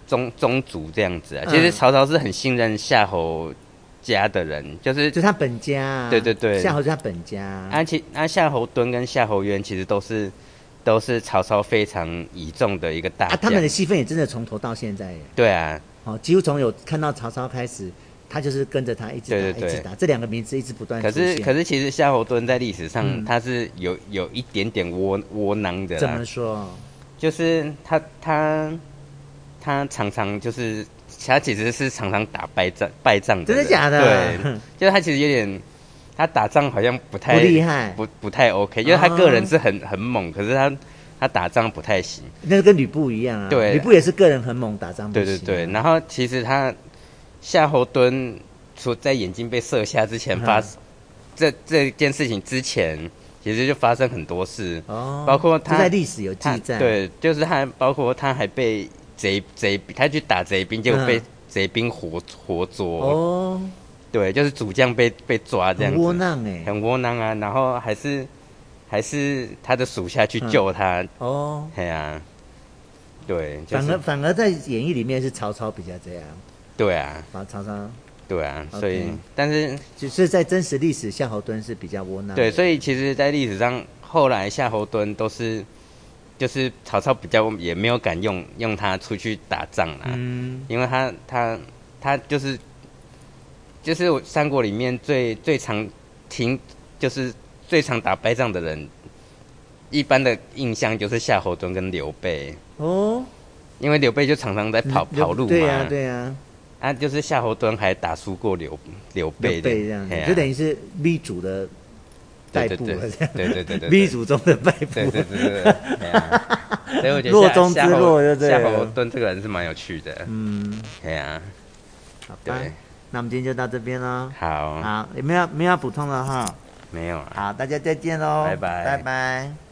S2: 宗宗族这样子啊。
S1: 嗯
S2: 其实曹操是很信任夏侯家的人，就是
S1: 就他本家啊，
S2: 对对对哎
S1: 夏侯是他本家啊，
S2: 安其安夏侯惇跟夏侯渊其实都是都是曹操非常倚重的一个大
S1: 啊
S2: 将。
S1: 他们的戏份也真的从头到现在耶，
S2: 对啊，
S1: 哦，几乎从有看到曹操开始，他就是跟着他一直打，
S2: 对对对
S1: 一直打，这两个名字一直不断出
S2: 可是
S1: 现。
S2: 可是其实夏侯惇在历史上、
S1: 嗯
S2: 他是有有一点点窝窝囊的
S1: 怎
S2: 啦
S1: 么，说？
S2: 就是他他他常常就是他其实是常常打败仗败仗的
S1: 真
S2: 人，
S1: 的假的？
S2: 对，就是他其实有点他打仗好像不太
S1: 不厉害啊
S2: 不不太 OK，因为他个人是很、很猛，可是他他打仗不太行。
S1: 那跟吕布一样啊，
S2: 对
S1: 吕布也是个人很猛，打仗不
S2: 对
S1: 行
S2: 对
S1: 啊
S2: 对，然后其实他夏侯惇除在眼睛被射瞎之前
S1: 嗯
S2: 发、这这件事情之前，其实就发生很多事，
S1: 哦，
S2: 包括他
S1: 就在历史有
S2: 他
S1: 记载，，
S2: 对，就是他包括他还被贼贼他去打贼兵，结果被
S1: 嗯
S2: 贼兵活活捉，
S1: 哦，
S2: 对，就是主将被被抓这样
S1: 很
S2: 子，
S1: 窝囊哎，
S2: 很窝囊啊，然后还是还是他的属下去救他，
S1: 哦，
S2: 哎呀、啊，对，就
S1: 反而
S2: 是
S1: 反而在演义里面是曹操比较这样，
S2: 对啊，
S1: 啊，曹操
S2: 对啊，
S1: OK
S2: 所以但是
S1: 就是在真实历史，夏侯惇是比较窝囊的。
S2: 对，所以其实，在历史上后来夏侯惇都是就是曹操比较也没有敢用用他出去打仗啦，
S1: 嗯，
S2: 因为他他他就是就是我三国里面最最常听就是最常打败仗的人，一般的印象就是夏侯惇跟刘备，
S1: 哦，
S2: 因为刘备就常常在跑
S1: 嗯刘
S2: 跑路嘛，
S1: 对呀、对呀、
S2: 啊就是夏侯惇还打输过刘刘
S1: 刘
S2: 备的，
S1: 备这样子
S2: 嘿，啊
S1: 就等于是 B 组的败
S2: 对对
S1: 部了
S2: 对
S1: 这样。
S2: 对对对对
S1: B 组中的败
S2: 对
S1: 部，
S2: 对对 对对，哎呀所以我觉得
S1: 弱
S2: 夏
S1: 中之
S2: 夏侯
S1: 弱就对
S2: 夏
S1: 了
S2: 侯惇这个人是蛮有趣的，
S1: 嗯，
S2: 哎呀，
S1: 好吧，
S2: 对，嗯
S1: 那我们今天就到这边了。
S2: 好，
S1: 好，有没有没有要补充了哈？
S2: 没有啊，
S1: 好，大家再见喽，
S2: 拜拜
S1: 拜拜。